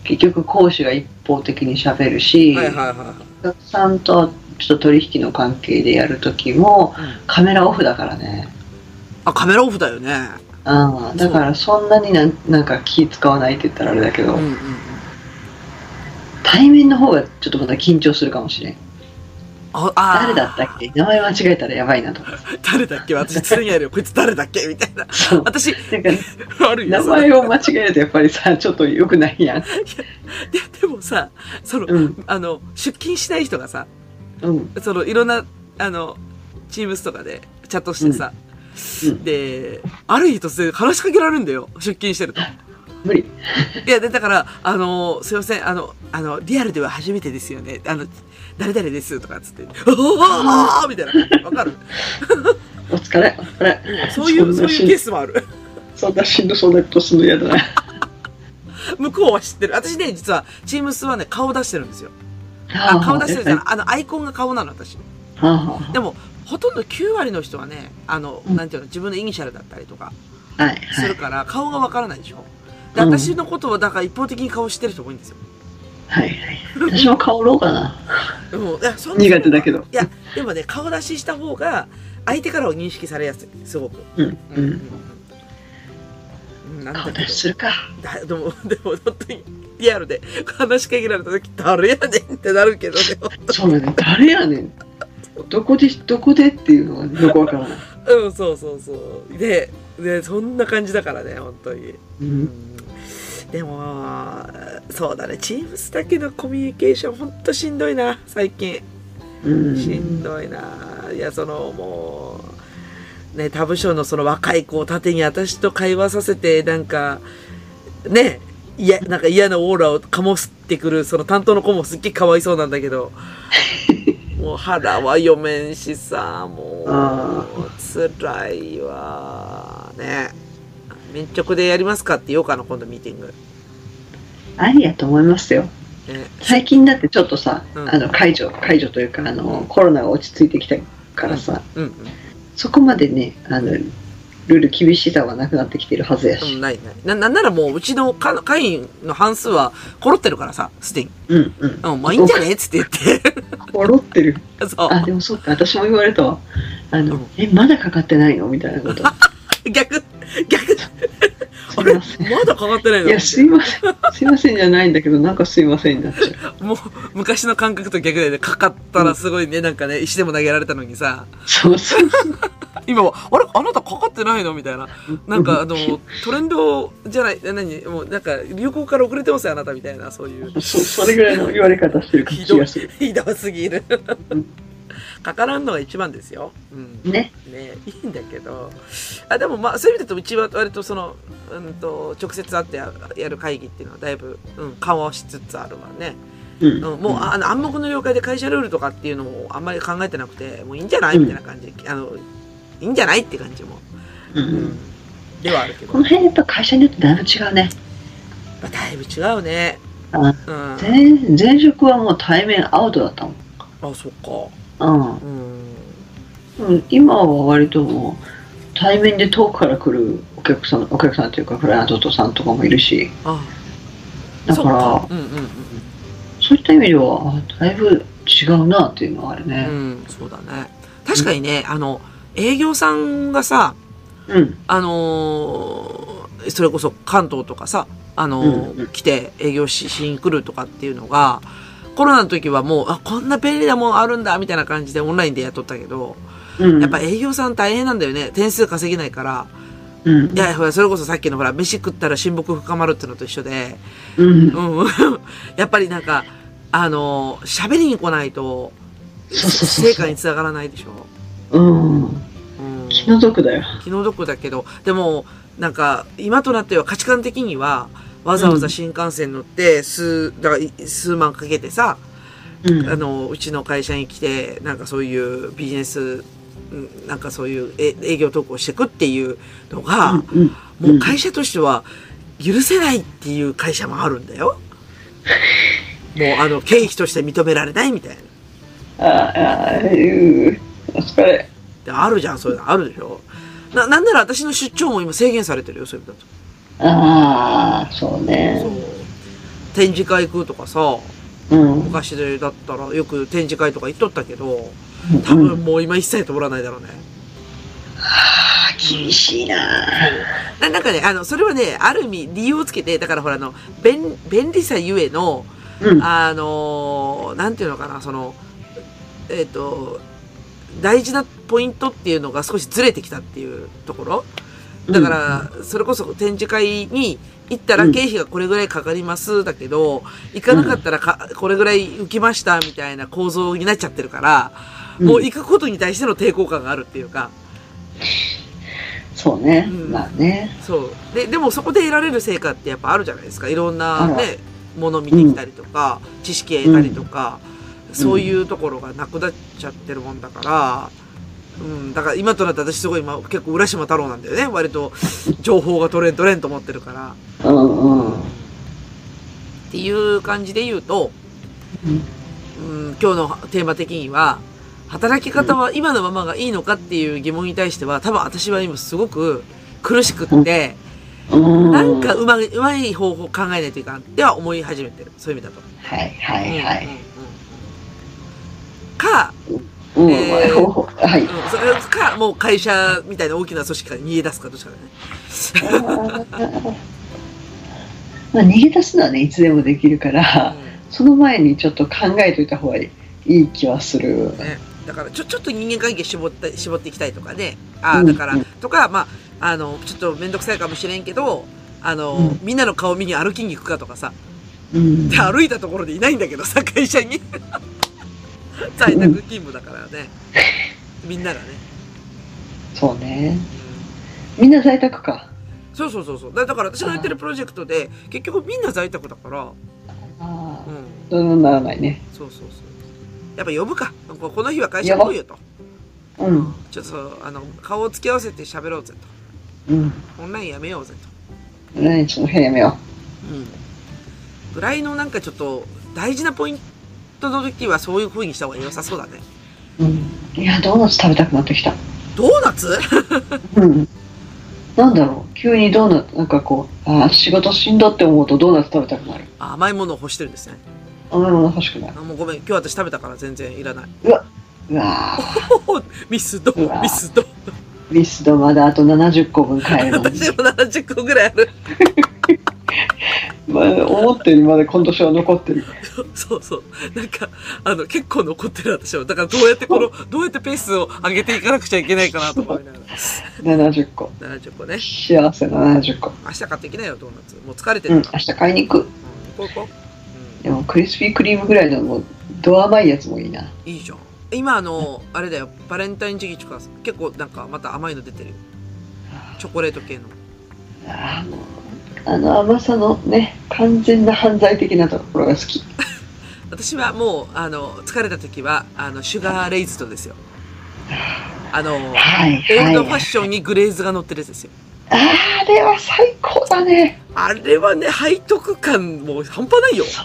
結局講師が一方的に喋るし、
はいはいはいはい。
お客さんとちょっと取引の関係でやる時もカメラオフだからね
あ、カメラオフだよね。
うんだからそんなになんなんか気使わないって言ったらあれだけど、
うんうん。
対面の方がちょっとまだ緊張するかもしれん
あ、あー
誰だったっけ名前間違えたらやばいなとか
誰だっけ私常にあるよ。こいつ誰だっけみたいな。
そう
私、
な んか
あるよ。
名前を間違えるとやっぱりさちょっと良くないやん
ででもさ、その、
うん
あの、出勤しない人がさ、
うん
その、いろんな、あの、チームスとかでチャットしてさ、
うん
で、ある日突然話しかけられるんだよ。出勤してると。
無理
いや、で、だから、あの、すいません、あの、あの、リアルでは初めてですよね。あの、誰々ですとかっつって、おーおーおーみたいな。わかる
お疲れ、お疲れ。
そういう、
そ
そう
んな
いうケースもある。
そんなしんどそうなことするの嫌だな。
向こうは知ってる。私ね、実は、チームスはね、顔出してるんですよ。あ、顔出してるじゃ
ゃ
ん。あの、アイコンが顔なの、私。
は
でも、ほとんど9割の人はね、あの、
うん
なんていうの、自分のイニシャルだったりとか
あ、はい、
す
は
る
い。
から、顔がわからないでしょ。で、
うん
私のことを、だから一方的に顔知ってる人多いんですよ。
はい、はい。私も顔ろうかな。
でもいやそんな
苦手だけど。
いや、でもね、顔出しした方が、相手からを認識されやすい、すごく。
うん、
う
うんん。
うんなん
顔
だ
出
け
しするか。
どだ でも、でも、本当に、リアルで話しかけられた時、誰やねんってなるけどね、本
そうだね。誰やねん。どこで、どこでっていうのがよくわからない。
当うん、そうそうそう。で、で、そんな感じだからね、本当に。
う。
うんんでも、そうだね、チームスだけのコミュニケーション、本当しんどいな、最近。
うん。
しんどいな。いや、その、もう、ね、他部署のその若い子を盾に私と会話させて、なんか、ね、いや、なんか嫌なオーラを醸してくる、その担当の子もすっげえかわいそうなんだけ ど、もう腹は読めんしさ、も
あ
う、辛いわ。ね。面直でやりますかって言おうかな、今度ミーティング。
ありやと思いますよ。
ね、
最近だってちょっとさ、
うん
あの解除解除というかあのコロナが落ち着いてきたからさ、
うん、うん。
そこまでねあのルール厳しさはなくなってきてるはずや
う
し、
ん、ないない。な、なんならもう、うちのか会員の半数は、コロってるからさ、すでに。
うんうん
うん、まあいいんじゃねっつって言って。
笑ってる
そ
あでもそうか私も言われたわあの、
うん
えまだかかってないのみたいなこと
う。逆、逆、
すいま せん
まだかかってない
い
の
やすいませんすいませんじゃないんだけどなんかすいませんになっちゃう
もう、昔の感覚と逆でね、かかったらすごいね、なんかね、石でも投げられたのにさ、
そうそうそう
今は、あれあなたかかってないのみたいな。なんかあの、トレンドじゃない、何もうなんか、流行から遅れてますよ、あなたみたいな、そう いう。
そそれぐらいの言われ方してる
ひ
気
ど
が
い
する、
ひどすぎる
うん。
かからんのが一番ですよ。うん。
ね
ね、いいんだけどあでもまあそういう意味だとうちは割とその、うん、と直接会ってややる会議っていうのはだいぶ、うん、緩和しつつあるわね、
うん
うん、もうああの暗黙の了解で会社ルールとかっていうのもあんまり考えてなくてもういいんじゃないみたいな感じ、あのいいんじゃないって感じも、
うん
う
うんん、
ではあるけど、
この
ま
辺やっぱ会社によってだいぶ違うね
あ、だいぶ違うね
あ
うん、あ
前前職はもう対面アウトだったもん
そっか
うん
うん
うん、今は割ともう対面で遠くから来るお客さんお客さんというかクライアントさんとかもいるし
あ
だ
そ
か
っからうんうんうん
そういった意味ではあだいぶ違うなっていうのはある
う
ね
ん、うん、そうだね確かにね、あの営業さんがさ
うん
あのーそれこそ関東とかさ、あのー
うんうん
来て営業ししに来るとかっていうのが、コロナの時はもう、あ、こんな便利なもんあるんだ、みたいな感じでオンラインでやっとったけど、
うん
やっぱ営業さん大変なんだよね。点数稼げないから。
う
い
ん
や、ほら、それこそさっきのほら、飯食ったら親睦深まるってのと一緒で、
うん
うん。 やっぱりなんか、あのー喋りに来ない と、
そうそうそう
成果につながらないでしょ。
うん
うん
気の毒だよ
気の毒だけど、でも、なんか、今となっては価値観的には、わざわざ新幹線乗って、数、だからい数万かけてさ、
うん
あの、うちの会社に来て、なんかそういうビジネス、うんなんかそういうえ営業投稿してくっていうのが、
うん
もう会社としては許せないっていう会社もあるんだよ。もうあの、経費として認められないみたいな。
ああうーお疲れ
であるじゃん、そういうのあるでしょ。な、なんなら私の出張も今制限されてるよ、そういう意味だと。
ああそうね
そう。展示会行くとかさ、
うんうん
昔でだったらよく展示会とか行っとったけど、多分もう今一切通らないだろうね。
ああ厳しいな
ななんかね、あの、それはね、ある意味理由をつけて、だからほらあの、便、便利さゆえの、
うん
あのーなんていうのかな、その、えっ、と、大事なポイントっていうのが少しずれてきたっていうところ。だから、それこそ展示会に行ったら
うん
経費がこれぐらいかかります、だけど、行かなかったらか、これぐらい浮きました、みたいな構造になっちゃってるから、
うん
もう行くことに対しての抵抗感があるっていうか、
そうね
うん
まあね
そう。で、でもそこで得られる成果ってやっぱあるじゃないですか。いろんな
あ
ね、もの見てきたりとか、知識得たりとか、そういうところがなくなっちゃってるもんだから、うん、だから今となって私すごい今結構浦島太郎なんだよね。割と情報が取れん取れんと思ってるから。
うんうん
っていう感じで言うと、うん、今日のテーマ的には、働き方は今のままがいいのかっていう疑問に対しては、多分私は今すごく苦しくって、
うん
なんかうまい、うまい方法を考えないといかんっては思い始めてる。そういう意味だと。
はいはいは
うんうんうんか、
い、うん
えー
ほうほうはい
うんそれか、もう会社みたいな大きな組織から逃げ出すかどっちかだね。
まあ、逃げ出すのはねいつでもできるから
う
その前にちょっと考えといた方がいい気はする
んね、だからちょちょっと人間関係絞って絞っていきたいとかねああ
うん
だから、
うん
とかまああのちょっと面倒くさいかもしれんけどあの、
うん
みんなの顔見に歩きに行くかとかさ
うん
で歩いたところでいないんだけどさ会社に在宅勤務だからねみんながね、
そうね
う
みんな在宅か
ん、そうそうそうそうだだから私がやってるプロジェクトで結局みんな在宅だから
あ
うん
あどうにもならないね
そうそうそうやっぱ呼ぶかここの日は会社来いよと
うん
ちょっとそうあの顔を付き合わせて喋ろうぜと
うん
オンラインやめようぜと、
何その辺やめよ
ぐらいのなんかちょっと大事なポイントの時はそういう風にした方が良さそうだね
う、うん、いやドーナツ食べたくなってきた
ドーナツ
うんなんだろう急にドーナツなんかこうああ仕事しんどって思うとドーナツ食べたくなる
あ甘いものを欲してるんですね
甘いもの欲しくなる
あもうごめん今日私食べたから全然いらないう
わー
ほほミスド
うわ
ミスド
ミスドまだあと70個分買えるのに
私も70個ぐらいある
まあ、思ったよりまだ今年は残ってる
そうそうなんかあの結構残ってる私はだからどうやってこのどうやってペースを上げていかなくちゃいけないかなと思いなが
70個
ら70個ね
幸せな70個
明日買ってきなよドーナツもう疲れて
うん
る
明
から、
日買いに行く
うん、行こう行こう、
でもクリスピークリームぐらいのもうド甘いやつもいいな
うん、いいじゃん今あのあれだよバレンタイン時期とか結構なんかまた甘いの出てるよチョコレート系の
あーもうあの甘さのね完全な犯罪的なところが好き
私はもうあの疲れた時はあのシュガーレイズドですよあの
はい
オールド
は
ファッ
い
ションにグレーズが乗ってるやつですよ
あれは最高だね
あれはね背徳感もう半端ないよ、うん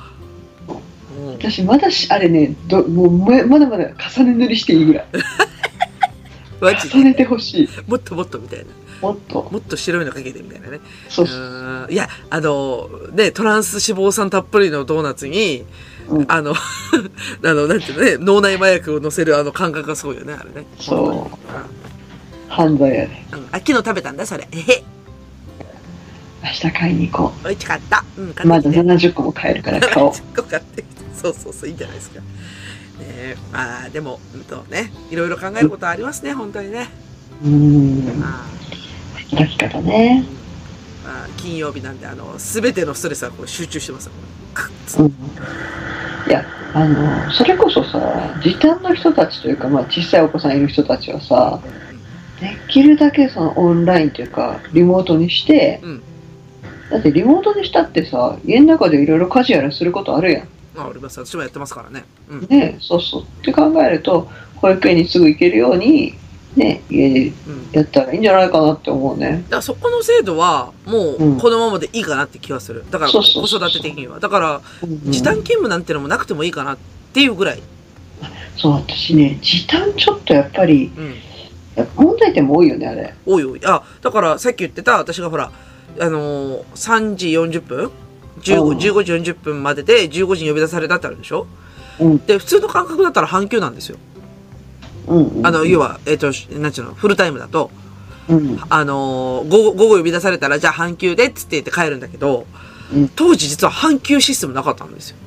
私まだしあれねどもうままだまだ重ね塗りしていいぐらい
マジ
重
で
ねてほしい
もっともっとみたいな
もっと
もっと白いのかけてみたいなね
そう
うーんいや、あの、ね、トランス脂肪酸たっぷりのドーナツに、
うん
あの、 あの、なんていうのね、脳内麻薬を乗せるあの感覚がすごいよね、あれね。
そう犯罪やね
うん。あ、昨日食べたんだ、それ。えへ、
明日買いに行こ
美味しかった。うん、
う
買
ま
って
だ
き て。
70個も買えるから 買おう
10個買ってきて。そうそうそう、いいんじゃないですか。ねえまあ、でも、うんとね、いろいろ考えることはありますね、本当にね。
うーん
まあ、
働き方ね
うんまあ、金曜日なんで、あの、すべてのストレスはこう集中してますよ、これクッつ
うんいやあのそれこそさ時短の人たちというか、まあ、小さいお子さんいる人たちはさできるだけそのオンラインというかリモートにして
うん。
だってリモートにしたってさ家の中でいろいろ家事やらすることあるやん
まあ、俺もさ私もやってますからね。うん。
ねそうそうって考えると保育園にすぐ行けるようにね家で
うん
やったらいいんじゃないかなって思うね
だからそこの制度はも
う
うんこのままでいいかなって気はする。だから子
そうそうそう
育て的には。だから時短勤務なんてのもなくてもいいかなっていうぐらい。
そう私ね時短ちょっとやっぱり
うん。
やっぱ問題点も多いよねあれ
おいおい。あ、だからさっき言ってた私がほら、あのー、3時40分 ?15
う
15
ん
時40分までで15時に呼び出されたってあるでしょ
うん
で、普通の感覚だったら半休なんですよ。
うんうん
あの、要は、えっ、と、なんちゅうの、フルタイムだと、
うん
あのー午後、午後呼び出されたら、じゃあ半休でっつって言って帰るんだけど
うん、
当時実は半休システムなかったんですよ。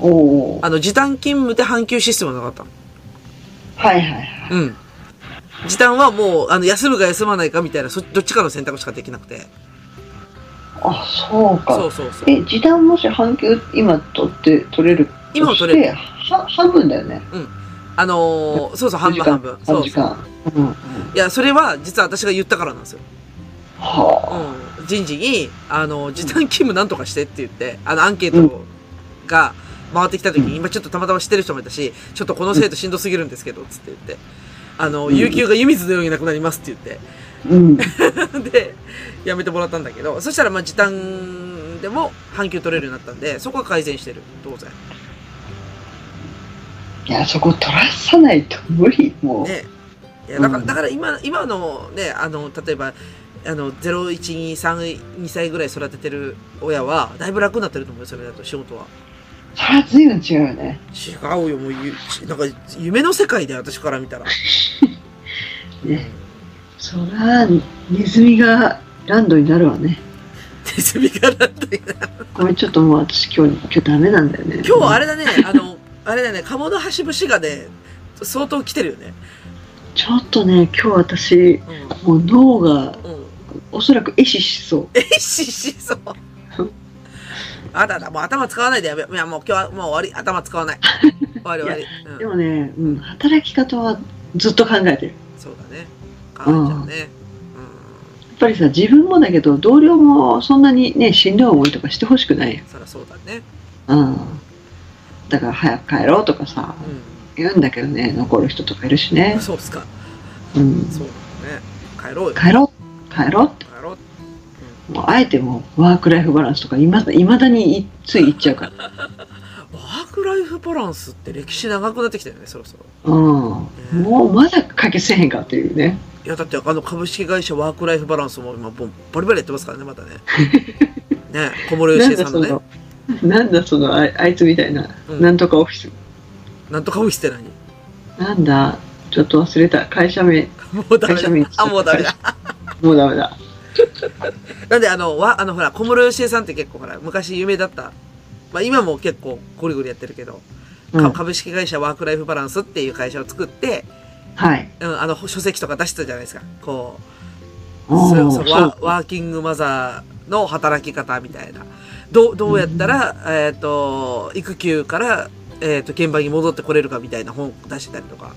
おお
あの、時短勤務で半休システムなかったの
はいはいはい
うん。時短はもう、あの、休むか休まないかみたいな、そ、どっちかの選択しかできなくて。
あそうか
そうそうそう。
え時短もし半休今取って取れる
今も取れる
る半分だよね
あのーそうそう、半分半分。そ
3
う
時
そう。
間うんうん
いや、それは、実は私が言ったからなんですよ。
は
うん。人事に、あの、時短勤務なんとかしてって言って、あの、アンケートが回ってきた時に、今ちょっとたまたま知ってる人もいたし、ちょっとこの生徒しんどすぎるんですけど、つって言って。あの、有給が湯水のようになくなりますって言って。
うん。
で、やめてもらったんだけど、そしたらまあ時短でも半休取れるようになったんで、そこは改善してる。当然。
いや、そこ取らさないと無理、もう。
ね。いや、だから、
うん
だから今、今のね、あの、例えば、あの、0、1、2、3、2歳ぐらい育ててる親は、だいぶ楽になってると思うよ、それだと、仕事は。
それは随分違うよね。
違うよ、もうゆ、なんか、夢の世界で、私から見たら。
ね。そら、ネズミがランドになるわね。
手積みからだったり
ごめん、ちょっともう私今日、今日ダメなんだよね。
今日あ
れ
れだね、あの、あれだね、鴨の橋節がね、相当来てるよね。
ちょっとね、今日私、
う
もう脳が、
ん。うん。
おそらく壊死しそう。
えっししそう。あだだ、もう頭使わないでやめよう。いや、もう今日はもう終わり。頭使わない。終わり 終わり。
で
うん、
もね、うん、働き方はずっと考えてる。
そうだね。変わっちゃうね。
やっぱりさ、自分もだけど、同僚もそんなにね、しんどい思いとかしてほしくないよ
うん。。そりゃそうだね。
うん。だから早く帰ろうとかさ、言うんだけどね、残る人とかいるし
うん。
ね。
そうっすか。
うん。
そうだね。帰ろうよ。帰
帰ろう、帰ろうって。
ろう。
もうあえてもう、ワークライフバランスとか、いまいまだにいつい言っちゃうから。
ワークライフバランスって歴史長くなってきたよね、そろそろ。
うん。もうまだ解決せえへんかっていうね。
いや、だってあの株式会社ワークライフバランスも今、ボンバリバリやってますからね、また ね。ね、小室
な
吉
ん
江
だ
さん
そ
のね。
の、なんだそのあ、あいつみたいな、
うん
なんとかオフィス。
なんとかオフィスって何
なんだ、ちょっと忘れた。会社名、
もうダメ
会社名
だ。あ、もうダメだ。
もうダメだ。
なんで、あの、わ、あの、ほら、小室よしえさんって結構、ほら、昔有名だった。まあ、今も結構、ゴリゴリやってるけど、
う
か
ん、
株式会社ワークライフバランスっていう会社を作って、
はい。
うん、あの、書籍とか出してたじゃないですか。こう、
お
そう
ー
そうワワーキングマザーの働き方みたいな。どう、どうやったら、えっ、と、育休から、えっ、と、現場に戻ってこれるかみたいな本出してたりとか。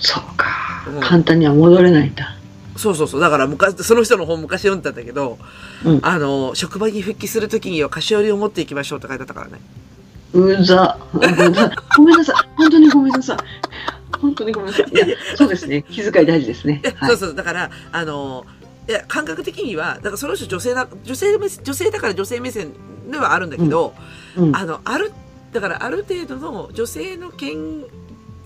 そうか
うん。
簡単には戻れないんだ。
そうそうそう。だから昔、その人の本昔読んでたんだけど、
うん
あの、職場に復帰するときには菓子折りを持っていきましょうって書いてあったからね。
うざ。 ごめんなさい。本当にごめんなさい。本当にごめんなさい。いや、そうですね。気遣い大事ですね
いや。
は
そ。
いう
そう。だから、あの、いや、感覚的には、だからその人女性だ、女性目、女性だから女性目線ではあるんだけど、
うん、
あの、ある、だからある程度の女性の権、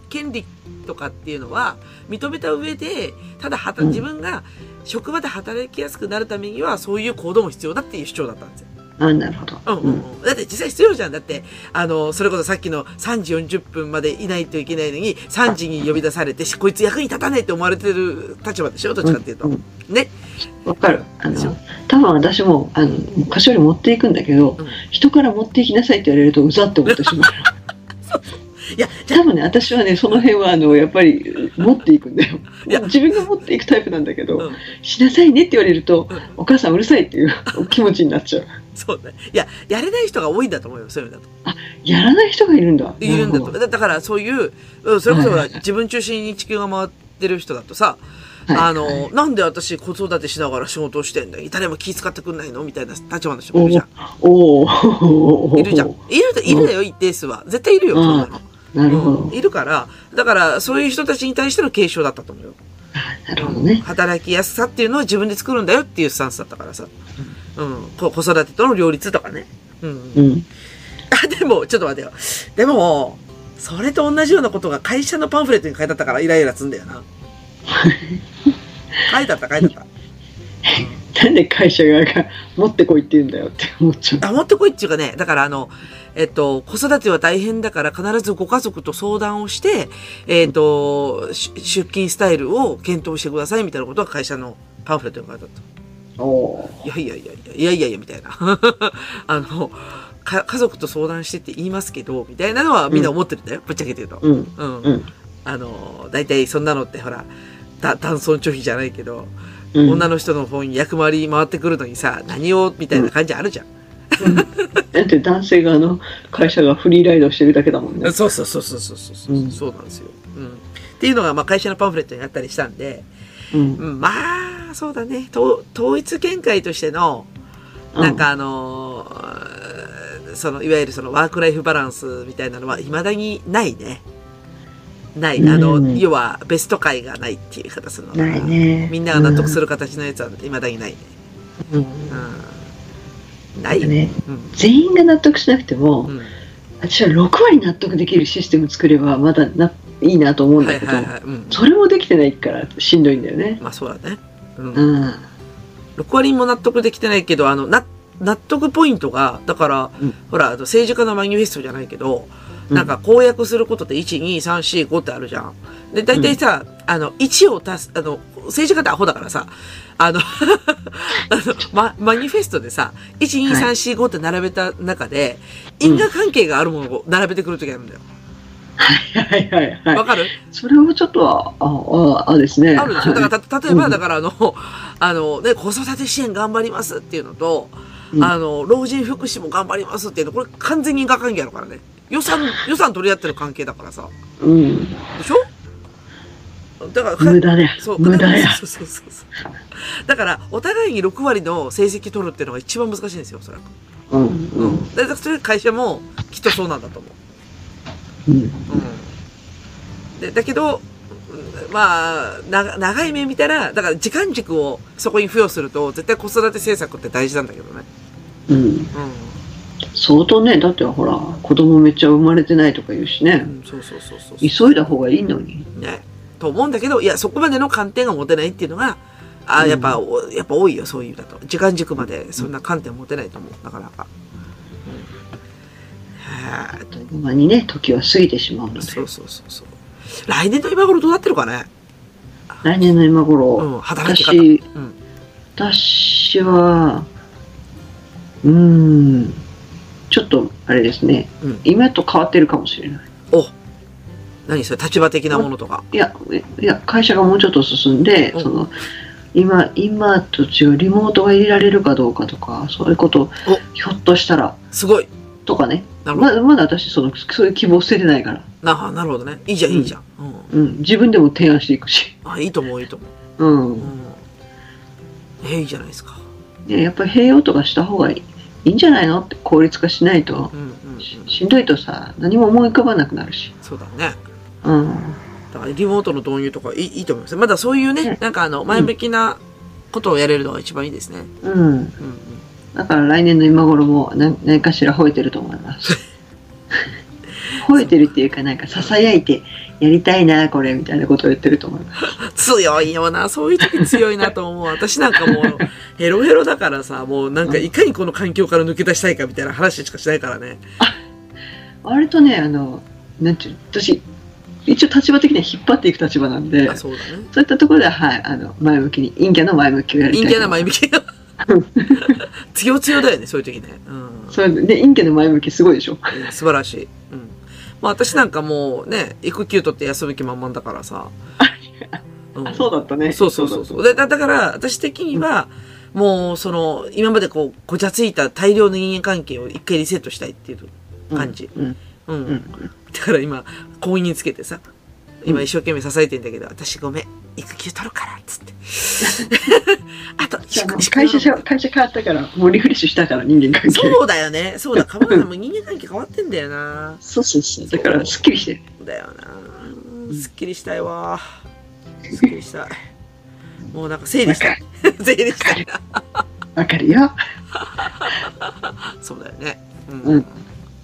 権利とかっていうのは認めた上で、ただはた、
うん
自分が職場で働きやすくなるためには、そういう行動も必要だっていう主張だったんですよ。
あ、なるほど。
うんうんうん、だって実際必要じゃん。だって、あの、それこそさっきの3時40分までいないといけないのに、3時に呼び出されて、しこいつ役に立たないって思われてる立場でしょどっちかっていうと。
うん
ね。
わかる。あ
そう
の、多分私も、あの、菓子折り持っていくんだけど、
うん
人から持っていきなさいって言われると、うざって思ってしまう。
いや、
多分ね、私はね、その辺は、あの、やっぱり、持っていくんだよ
いや。
自分が持っていくタイプなんだけど、
うん
しなさいねって言われると、
うん
お母さんうるさいっていう 気持ちになっちゃう。
そうね。いや、やれない人が多いんだと思うよ。そういうのだと。
やらない人がいるんだ。
いるんだと。
なほど。
だだから、そういう、うんそれこそほら
はい
自分中心に地球が回ってる人だとさ、
はい
あの、なんで私子育てしながら仕事をしてんだよ誰も気遣ってくんないのみたいな立場の人もいるじゃん。
おおー
いるじゃん。いる、いるだよ、一定数は。絶対いるよ、
うん
そんなの
なるほど、
うん、いるから、だから、そういう人たちに対しての継承だったと思うよ。
なるほどね
働きやすさっていうのは自分で作るんだよっていうスタンスだったからさ。うん。こ子育てとの両立とかね。うん。
うん
あ、でも、ちょっと待てよ。でも、それと同じようなことが会社のパンフレットに書いてあったからイライラすんだよ な。書いてあった、書いてあっ
なんで会社側が持ってこいって言うんだよって思っちゃう
た。あ、持ってこいっていうかね、だからあの、えっと、子育ては大変だから必ずご家族と相談をして、えっと、し出勤スタイルを検討してくださいみたいなことが会社のパンフレットに書いてあった。
おー
いやいやいやいや、いやいやいや、みたいな。 あの、か、家族と相談してって言いますけど、みたいなのはみんな思ってるんだよ。ぶっちゃけて言うと。
うん
うん。
うん
あの、大体そんなのってほら、だ、男尊拒否じゃないけど、
うん
女の人の方に役回り回ってくるのにさ、何を、みたいな感じあるじゃん。
だって男性側の会社がフリーライドしてるだけだもんね
そうそうそうそうそうそう、
うん
そうなんですよ。うん。っていうのが、まあ、会社のパンフレットにあったりしたんで、
うん
うん、まあ、そうだね。統統一見解としての、なんかあのーそのいわゆるそのワークライフバランスみたいなのはいまだにないね。ない、あの、
うん
要はベスト回がないっていう形の。
ないね。
みんなが納得す
る。
る形のやつは未だにないね。
うん
うん。ないよ。
ね、
うん。
全員が納得しなくても、
うん。
私は6割納得できるシステム作ればまだないいなと思うん
は
だ
い
けど、
はいはい。うん。
それもできてないからしんどいんだよね。
まあそうだね。うん。
うん。
6割も納得できてないけど、あの、な、納得ポイントが、だから、
うん
ほら、あの政治家のマニフェストじゃないけど、
うん
なんか公約することって1、2、3、4、5ってあるじゃん。で、大体さ、あの、1を足す、あの、政治家ってアホだからさ、あの、あのま、マニフェストでさ、1、2、3、4、5って並べた中で、
うん
因果関係があるものを並べてくるときあるんだよ。
はいはいはい
わ。かる、
それをちょっとは、ああ、あですね。
あるでしょだから、た、例え
う
ば、
ん
だからあの、 あのね、子育て支援頑張りますっていうのと、
うん
あの、老人福祉も頑張りますっていうの、これ完全に因果関係あるからね。予算、 予算取り合ってる関係だからさ。
うん。
でしょだから、
無駄だよ
そう、
無駄や。
そうそうそうそう。だから、お互いに6割の成績取るっていうのが一番難しいんですよ、おそらく。
うんう
うんん。だから、それ会社もきっとそうなんだと思う。
うん。
うんでだけど、うんまあ、な長い目見たら、だから時間軸をそこに付与すると、絶対子育て政策って大事なんだけどね。
うん。
う
相当ね、だってほら、子供めっちゃ生まれてないとか言うしね
ん。。うん、そうそうそうそう
急いだ方がいいのに。
ね。と思うんだけど、いや、そこまでの観点が持てないっていうのが、あーやっぱ、おやっぱ多いよ、そういうだと。時間軸までそんな観点持てないと思う、なかなか。うんは
あっという間にね、時は過ぎてしまうの
い
で。
そうそうそうそう。来年の今頃どうなってるかね
来年の今頃、
うん、働き方。
私、
うん。
私は、うーん、ちょっと、あれですね、
うん
今と変わってるかもしれない。
お何それ立場的なものとか。
いや、えいや、会社がもうちょっと進んで、
うん
その、今、今と違うリモートが入れられるかどうかとか、そういうこと
お、
ひょっとしたら、
すごい。
とかね。
なるほど。
まだ、まだ私、その、そういう希望捨ててないから。
ななるほどね。いいじゃん、
うん
いいじゃん。うん。
うん、自分でも提案していくし。
あ、いいと思う、いいと思う。
うん
う。ん。え、いいじゃないですか。
ね、やっぱり併用とかした方がいいいいんじゃないのって効率化しないと
うんうん、うん。
ししんどいとさ何も思い浮かばなくなるし、
そうだね。
うん、
だからリモートの導入とかいいいいと思います。まだそういうね
ね、
なんかあの、前向きなことをやれるのが一番いいですね。
うん、
うんうん。
だから来年の今頃も何何かしら吠えてると思います 吠えてるっていうかなんかささやいてやりたいなこれみたいなことを言ってると思います
強いよな。そういう時強いなと 思う。私なんかもう、ヘロヘロだからさ、もうなんかいかにこの環境から抜け出したいかみたいな話しかしないからね。
割とねあのなんていうの私一応立場的には引っ張っていく立場なんで
あ、そうだね。
そういったところでは、はい、あの前向きに陰キャの前向きをやりたい
陰キャな前
向き
向きが。強強だよね、そういう時ね。うん。
そうで陰キャの前向きすごいでしょ
うん素晴らしい。うん。まあ私なんかもうね、育休取って休む気満々だからさ。うん
あそうだったね
そうそうそうそう。でだだから、私的には、もう、その、今までこう、ごちゃついた大量の人間関係を一回リセットしたいっていう感じ。
うん
うん。
うん
だから今、婚姻につけてさ、今
うん
一生懸命支えてんだけど、私ごめん、育休取るから、つ って。あと、
じゃあもう
宿
会社会社変わったからもうリフレッシュしたから人間関係
そうだよ ね。そうだ、かまさんも人間関係変わってんだよな。
そうそうそうだからすっきりしてる
だよな。すっきりしたいわ。すっきりしたい。もうなんか整理 したい。整理したいな。
わかるよ
そうだよね。う
うん
ん。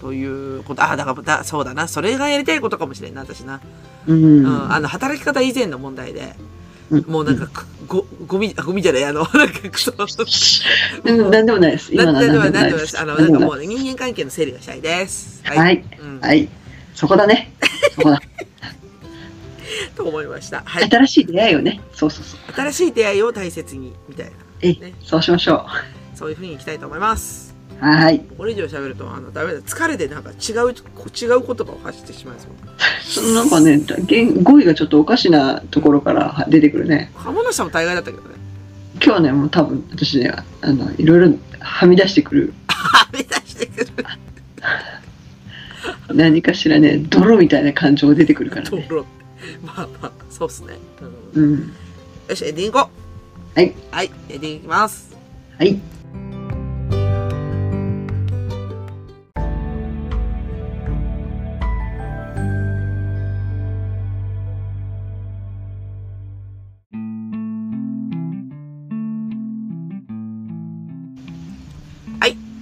ということ、あ、だから、だそうだな。それがやりたいことかもしれんな、私な。
うん
うん、あの、働き方以前の問題で、
うん
もうなんか、くご、ごみ、あごみじゃない、あの、 なんか、くそ。
うん何でもないです今
な
の
んで
は何
もない、なでもない
でもなんいで
ですす。あの、
何
なん
で
か
も
も
ないう
ね、人間関係の整理がしたいです。
は。い
うん、
はいそこだねそこだ
と思いました。 はい。
新しい出会いをねそうそうそう
新しい出会いを大切に、みたいな。
えい
ね
そうしましょ
そういうふうにいきたいと思います。
うはい
これ以上喋ると、あの、ダメだ。疲れてなんか違う、こ違う言葉を発してしまいそう。
そのなんかね言語彙がちょっとおかしなところから出てくるね
浜野さんも大概だったけどね。
今日はねもう多分私ねあのいろいろはみ出してくる
はみ出してくる。
何かしらね泥みたいな感情が出てくるから
と
ね
ころ。まあまあ、そうっすね。うん
うん
よし、エンディング行こう
はい。
はい、エンディングいきます。
はい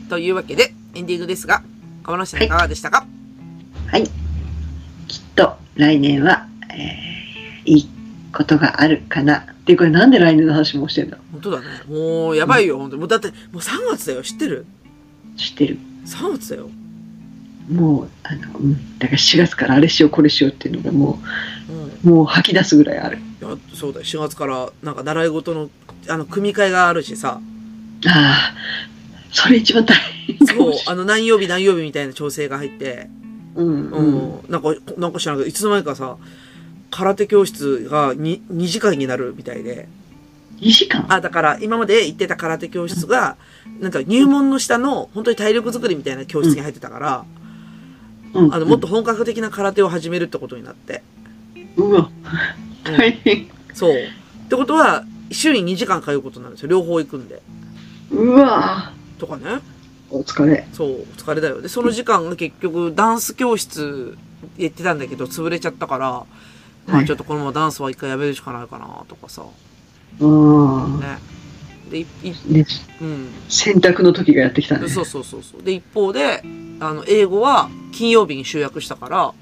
というわけで、エンディングですが、河野さんいかがでしたか、
はい。きっと来年は、えーいいことがあるかな。っていうか、なんで来年の話もしてんだろ
本当だね。もう、やばいよ、本当もうだって、もう3月だよ、知ってる
う。知ってる。
?3 月だよ。
もう、あの、うん。だから4月からあれしよう、これしようっていうのがも、
うん。いう
もう吐き出すぐらいある。
や、そうだよ、4月から、なんか習い事の、あの、組み替えがあるしさ、
ああ、それ一番大変
そ
か
う
もし、れ
あの、何曜日何曜日みたいな調整が入って、
ない。うん、うん。
うん、なんか、なんか知らんけど、いつの間にかさ、空手教室が 2, 2時間になるみたいで、
2時間
あ、だから今まで行ってた空手教室が、なんか入門の下の本当に体力作りみたいな教室に入ってたから、
うん
あの、もっと本格的な空手を始めるってことになって。
うんうわ、
うん
大変。
そう。ってことは、週に2時間通うことになるんですよ。両方行くんで。
うわ
とかね。
お疲れ。
そう、お疲れだよ。で、その時間が結局、ダンス教室行ってたんだけど、潰れちゃったから、ま
は
あ
い
ちょっとこのままダンスは一回やめるしかないかな、とかさ。
うん。
ね。で、い、い
ね、
うん。
洗濯の時がやってきたね。
そうそうそうそう。で、一方で、あの、英語は金曜日に集約したから、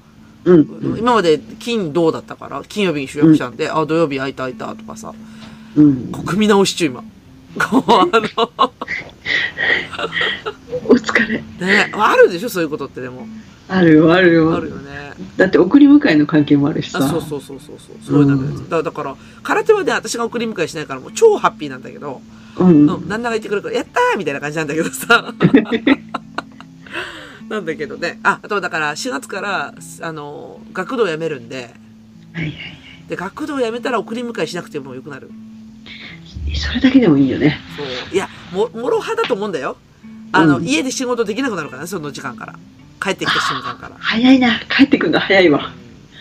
うん。うん
今まで金どうだったから、金曜日に集約したんで、あ、土曜日空いた空いたとかさ、
うん。
こう組み直し中今。 こう、あの、
お疲れ。
ね、あるでしょ、そういうことってでも。
あるよ、あるよ。
あるよね。
だって送り迎えの関係もあるしさ。
あそうそうそうそうそう。すごいな
うん
だだから、空手はね、私が送り迎えしないから、もう超ハッピーなんだけど、
うん。
うん、旦那が言ってくるから、やったーみたいな感じなんだけど さ。なんだけどね。あ、あとはだから、4月から、あの、学童辞めるんで、
はいは
で、学童辞めたら送り迎えしなくてもよくなる。
い。それだけでもいいよね。
そう。いや、も、もろ派だと思うんだよ。あの、
うん
家で仕事できなくなるからね、その時間から。帰ってきた瞬間から。
早いな。帰ってくるの早いわ。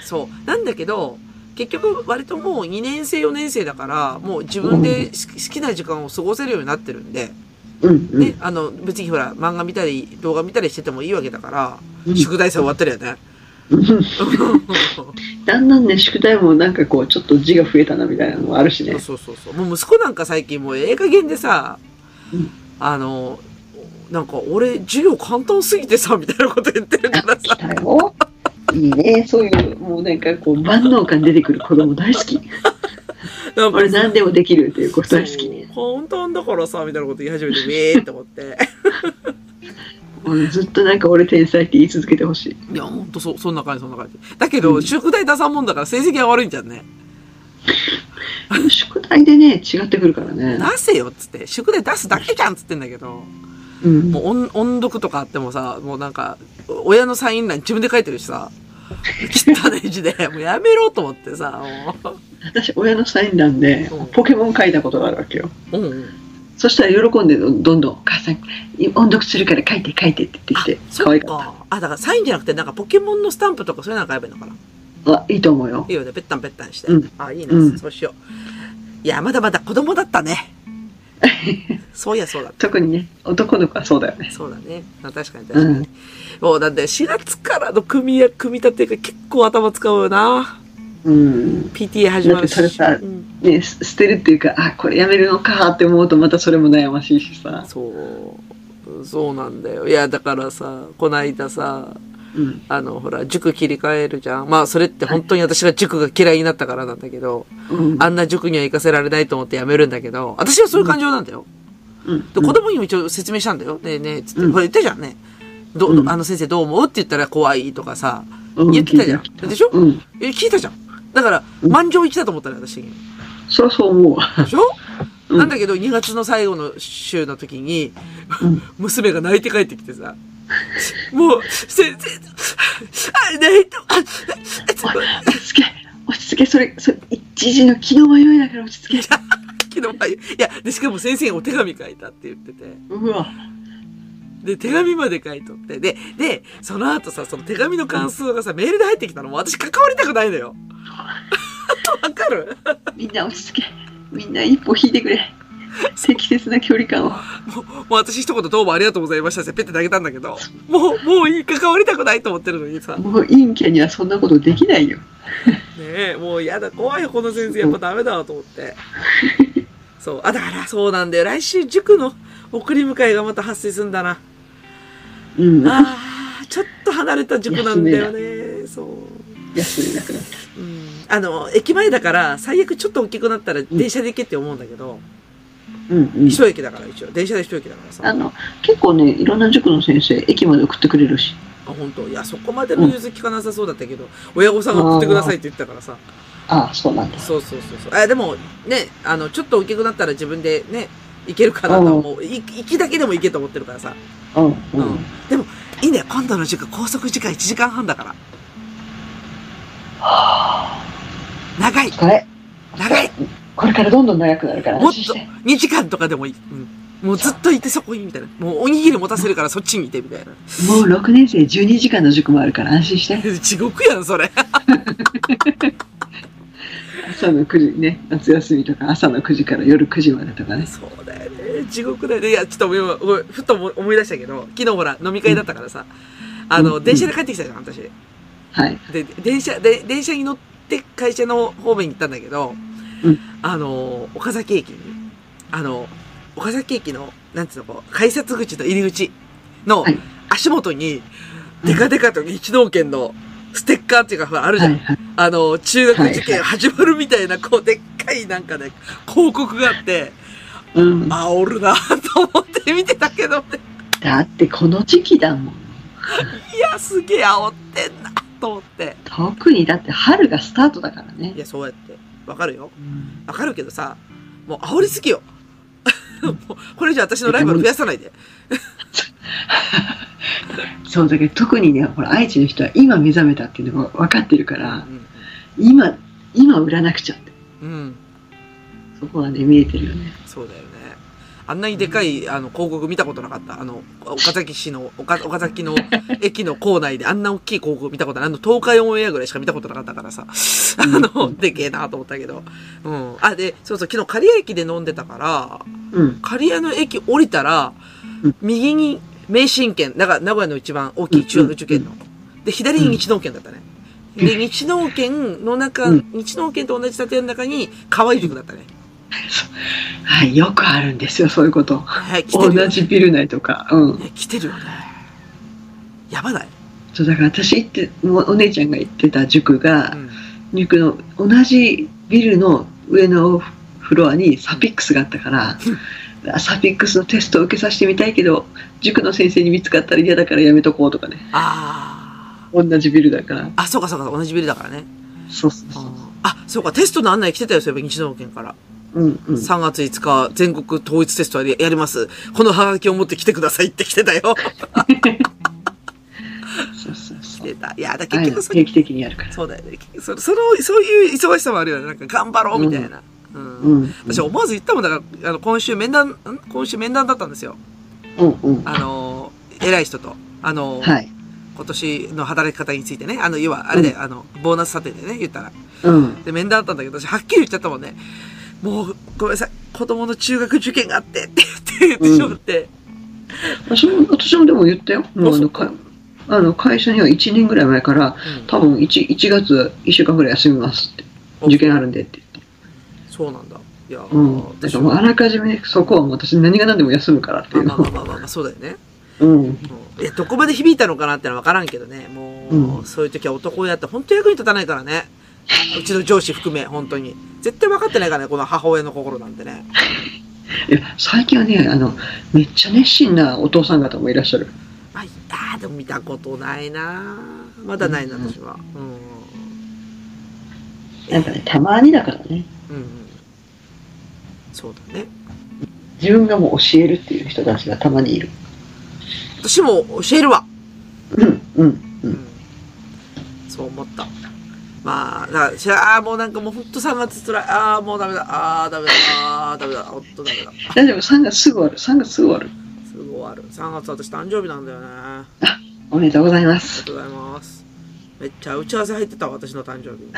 そう。なんだけど、結局、割ともう2年生、4年生だから、もう自分でし好きな時間を過ごせるようになってるんで、
うんうん
ね、あの、別にほら、漫画見たり、動画見たりしててもいいわけだから、
うん。
宿題さ終わってるよね。
うん だんだんね、宿題もなんかこう、ちょっと字が増えたなみたいなのもあるしね。
そうそうそうそう。もう息子なんか最近もうええ加減でさ
うん、
あの、なんか俺、授業簡単すぎてさ、みたいなこと言ってるから
来
さ、
たよ。いいね。そういう、もうなんかこう、万能感出てくる子供大好き。
なんか
俺何でもできるっていう子
そう
大好きね。
簡単だからさ、みたいなこと言い始めて、 ええって思って。
俺ずっとなんか俺天才って言い続けてほしい。
いや、ほんとそ、そんな感じ、そんな感じ。だけど、宿題出さんもんだから成績が悪いんじゃんね。
宿題でね、違ってくるからね
出。せよっつって、宿題出すだけじゃんっつってんだけど、
うん。
もう音音読とかあってもさ、もうなんか、親のサイン欄自分で書いてるしさ、汚い字で、も うやめろと思ってさ、も
私、親のサイン欄で
うん
ポケモン書いたことがあるわけよ。
う。うん。
そしたら喜んでどんどんどん、お母さん、音読するから書いて書いてって言ってきて、可
そっ
愛かっ
か。あ、だからサインじゃなくて、なんかポケモンのスタンプとかそういうのが買えばいいのかな。
た。あ、いいと思うよ
い。いよね、ぺったんぺったんして。
うん
あ、いいね、
うん
そうしよう。いや、まだまだ子供だった ね。そういや、そうだった。
特にね、男の子はそうだよね。
そうだね。まあ確かに確か
う
に。
ん。
もうだって4月からの組みや組み立てが結構頭使うよな。
うん。
PTA 始まるし。
だってそれさ
うん
ね、す捨てるっていうか、あ、これやめるのかって思うとまたそれも悩ましいしさ。
そう。そうなんだよ。いや、だからさ、こないださ、
うん。
あの、ほら、塾切り替えるじゃん。まあ、それって本当に私が塾が嫌いになったからなんだけど、
うん。
あんな塾には行かせられないと思ってやめるんだけど、私はそういう感情なんだよ。
うん
で、子供にも一応説明したんだよ。ねえねえ、つって、
うん
ほら言ったじゃんね。ど、
うん
あの先生どう思うって言ったら怖いとかさ、
うん
言ってたじゃん
聞い。
でしょ、
うん。
え、聞いたじゃん。だから、
うん
満場一致だと思ったね、私的に。
そりゃそう思うわ。
でしょ、
うん
なんだけど、2月の最後の週の時に、
うん
娘が泣いて帰ってきてさ、もう、先生、あ、泣いた、あ、あ
落ち着け落ち着けそれそれ一時の昨日迷いだから落ち着け
昨日はいいや、で、しかも先生にお手紙書いたって言ってて、
うわ
で、手紙まで書いとって、で、で、その後さ、その手紙の感想がさ、メールで入ってきたのもう私関わりたくないのよ。 わかる
みんな落ち着けみんな一歩引いてくれ適切な距離感を
もう、もう私一言どうもありがとうございましたってペッて投げたんだけど、もう、もういい、関わりたくないと思ってるのにさ、ね
もう陰キャにはそんなことできないよ
え、もうやだ、怖いよ、この先生、やっぱダメだわと思 って。そう、あ、だからそうなんだよ。来週塾の送り迎えがまた発生するんだな。
うん、
ああ、ちょっと離れた塾なんだよね。そう。
休みなくなった。
うん。あの、駅前だから、最悪ちょっと大きくなったら電車で行けって思うんだけど、
うんうん。
一駅だから一応。電車で一駅だからさ。
あの、結構ね、いろんな塾の先生、駅まで送ってくれるし。
あ、本当いや、そこまでの融通きかなさそうだったけど、親御さんが送ってくださいって言ったからさ。
ああ、そうなんだ。
そうそうそうそう。あ、でも、ね、あの、ちょっと大きくなったら自分でね、行けるかなとは思う。い行きだけでも行けと思ってるからさ。
うんうん。
うん。でも、いいね、今度の塾、拘束時間1時間半だから。長い
お疲れ。
長い
これからどんどん長くなるから、
もっ
安心
と
して。
2時間とかでもいい。うん。もうずっといてそこに、みたいな。もうおにぎり持たせるからそっちにいて、みたいな。
もう6年生12時間の塾もあるから安心して。
地獄やん、それ。
朝の9時ね、夏休みとか朝の9時から夜9時までとかね。
そうだよね。地獄だよね。いや、ちょっと思い今、ごめんふと思い思い出したけど、昨日ほら、飲み会だったからさ、あ
うん
の、
うん
電車で帰ってきたじゃん、私。
はい。
で、電車、で、電車に乗って会社の方面に行ったんだけど、
うん
あの、岡崎駅に、あの、岡崎駅の、なんつうの、こう、改札口と入り口の
はい
足元に、
うん
デカデカと一農圏のステッカーっていうか、ほらあるじ
は
ゃん。
いはい。
あの、中学受
はい
験始まるみたいな、こう、でっかいなんかね、広告があって、
うん。
あ、おるなと思って見てたけど、ね、
だってこの時期だもん。
いや、すげえ煽ってんな、と思って。
特にだって春がスタートだからね
い。や、そうやって。わかるよ。
うん
わかるけどさ、もう煽りすぎよ。もうこれじゃ私のライバル増やさないで。
そうだけど特にね、ほら愛知の人は今目覚めたっていうのが分かってるか
う
ら、
ん。
今、今売らなくちゃって。
うん。
そこはね、見えてるよね。
そうだよね。あんなにでかい、あの、広告見たことなかった。あの、岡崎市の、岡岡崎の駅の構内であんな大きい広告見たことない。あの、東海オンエアぐらいしか見たことなかったからさ。あ
う
の、
ん
でけえなと思ったけど。うん。あ、で、そうそう、昨日刈谷駅で飲んでたから、
うん。
刈谷の駅降りたら
うん、
右に名神圏、だから名古屋の一番大きい中学受験の。で、左に日農圏だったね。で、日農圏の中、
うん
日農圏と同じ建屋の中に、河合塾だったね。
はい、よくあるんですよ、そういうこと。
はい、来て
同
るよ、ね。
じビル内とか。うん。
来てるよね。やばない。
そう、だから私行って、もうお姉ちゃんが行ってた塾が
う、ん。
塾の同じビルの上のフロアにサピックスがあったから、サピックスのテストを受けさせてみたいけど、塾の先生に見つかったら嫌だからやめとこうとかね。
あ
同じビルだから。
あ。あ、そうかそうか、同じビルだからね。
そうそう
あ
そう。
ーあ、そうか、テストの案内来てたよ、そういえば、日農圏から。
うんうん。
3月5日、全国統一テストやりやります。このハガキを持って来てくださいって来てたよ。
そうそうそ
来て
う。
た。いや、だ
ああ
結
いう
局
の
そ
定期的にやるから。
そうだよね。そその、そういう忙しさもあるよね。なんか頑張ろうみたいな。うん。
うん。
私思わず言ったもんだから、あの、今週面談、ん今週面談だったんですよ。
うんうん。
あの、偉い人と。あの、
はい。
今年の働き方についてね。あの、要は、あれで、あの、ボーナス査定でね、言ったら。
うん。
で、面談だったんだけど、私はっきり言っちゃったもんね。もう、ごめんなさい。子供の中学受験があって、って言って、言ってしまって。
私も、私もでも言ったよ。もうあ
あそっ
の、
か
かあの会社には1年ぐらい前から、多分 1, 1月1週間ぐらい休みますって。
うん
受験あるんでって言っ
そうなんだ。いやー、
た。うん。だからもうあらかじめそこはもう私何が何でも休むからって
ま
い
あ
う
まあま
の
あまあまあまあ、そうだよね。
うん。
いや、どこまで響いたのかなってのは分からんけどね。もう、
うん
そういう時は男親って本当に役に立たないからね。うちの上司含め、本当に。絶対分かってないからね、この母親の心なんてね。
いや、最近はね、あの、めっちゃ熱心なお父さん方もいらっしゃる。
あ、いやーでも見たことないなまだないな、
うん
私は。うん。
なんかね、たまにだからね、
うんうん。そうだね。
自分がもう教えるっていう人たちがたまにいる。
私も教えるわ。
うん、うん、う。
うんん。そう思った。まあ、だからしゃ、あーもうなんかもうほんと3月つらい。あーもうダメだ。あーダメだ。あーダメだ。ほんとダメだ。
大丈夫、3月すぐ終わる、3月すぐ終わる。
すぐ終わる。3月私誕生日なんだよね。あ
おめでとうございま
りが
す。
とうございます。めっちゃ打ち合わせ入ってたわ私の誕 生日に。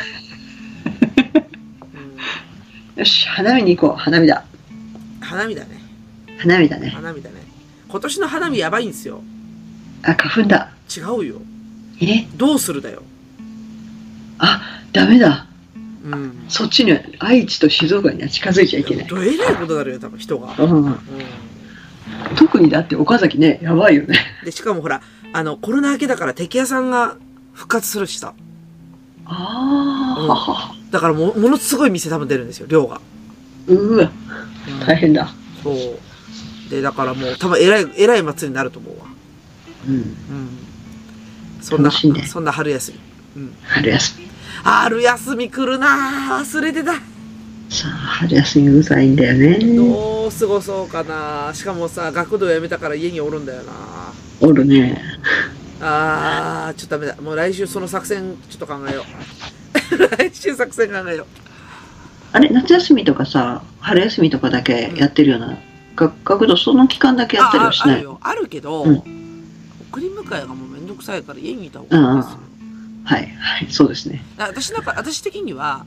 う
よし、花見に行こう、花見だ。
ん、花見だね。
花見だね。
花見だね。今年の花見やばいんですよ。
あ、花粉だ。
違うよ。
え
どうするだよ。
あ、ダメだ。
うん。
そっちには、愛知と静岡には近づいちゃいけない。
どえらいことになるよ、多分人が。
うん。
うん。
特にだって岡崎ね、やばいよね。
で、しかもほら、あの、コロナ明けだから敵屋さんが復活するしさ。
ああ、
だからも、ものすごい店多分出るんですよ、量が。
うわ、大変だ。
そう。で、だからもう、多分、えらい、えらい祭りになると思うわ。
うん、
うん。そんな、
楽しいね
そんな春休み。うん。
春休み。
春休み来るなぁ忘れてた。
さあ、春休みうざいんだよね。
どう過ごそうかなしかもさ、学童辞めたから家におるんだよな
おるね。
あー、ちょっとダメだ。もう来週その作戦、ちょっと考えよう。 来週作戦考えよ
あれ、夏休みとかさ、春休みとかだけやってるような、学学童、その期間だ
う。
けやったりは
あ
し
ああ
な
る
い。
よ。あるけど、
うん
送り迎えがもうめんどくさいから家にいた方がいいですよ。
はい、はい、そうですね。
あ私なんか、私的には、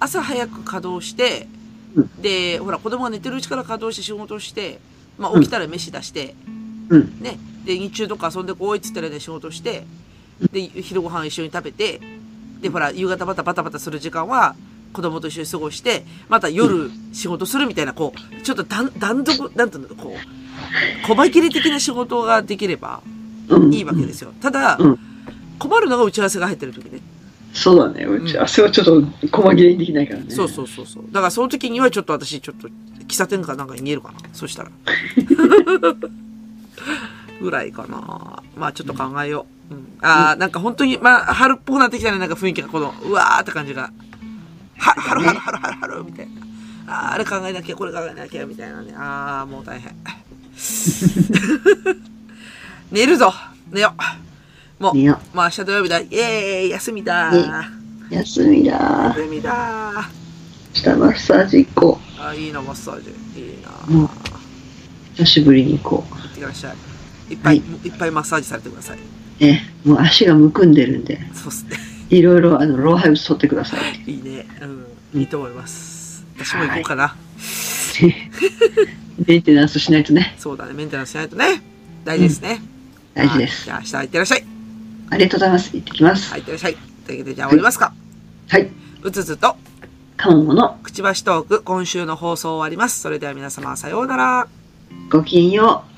朝早く稼働して、
うん
で、ほら、子供が寝てるうちから稼働して仕事して、まあ起きたら飯出して、
うん、
ね、で、日中とか遊んでこいっつってる間に仕事して、で、昼ご飯一緒に食べて、で、ほら、夕方バタバタバタする時間は、子供と一緒に過ごして、また夜仕事するみたいな、こう、ちょっと段、段読、なんていうの、こう、細切れ的な仕事ができれば
うん。
いいわけですよ。ただ
うん、
困るのが打ち合わせが入ってる時ね。
そうだね。うち、あ、それはちょっと、細切れにできないからね。
そうそうそうそう。だからその時にはちょっと私、ちょっと喫茶店かなんかに見えるかな。そ したら。ぐらいかな。まあちょっと考えよう。うん、ああ、なんか本当に、まあ春っぽくなってきたね。なんか雰囲気がこの、うわーって感じが。は、春春春春春みたいな。あーあれ考えなきゃ、これ考えなきゃ、みたいなね。ああ、もう大 変。寝るぞ寝ようもう、
寝よ
まあ明日土曜日だ。イエーイ休みだ
イエー休みだー。
休みだ
下マッサージ行こ
あ、いいな、マッサージ。いいな。
うん
行
う。久しぶりに行こ
ってらっしゃい。いっぱい、、
はい
っぱいマッサージされてください。
う。ね、もう足がむくんでるんで、
そうっすね。
いろいろあの老廃物取ってください。
いいね。うん。いいと思います。私も行こうかな。
メンテナンスしないとね、
そうだね。メンテナンスしないとね。大事ですね。
大事です。
はいじゃあ明日行ってらっしゃい。
ありがとうございます。行ってきます。
は、
はい
行ってらっしゃい。というわけで、じゃあ終わりますか。
い。
うつつと、
カモモの
くちばしトーク、今週の放送終わります。それでは皆様、さようなら。
ごきげんよう。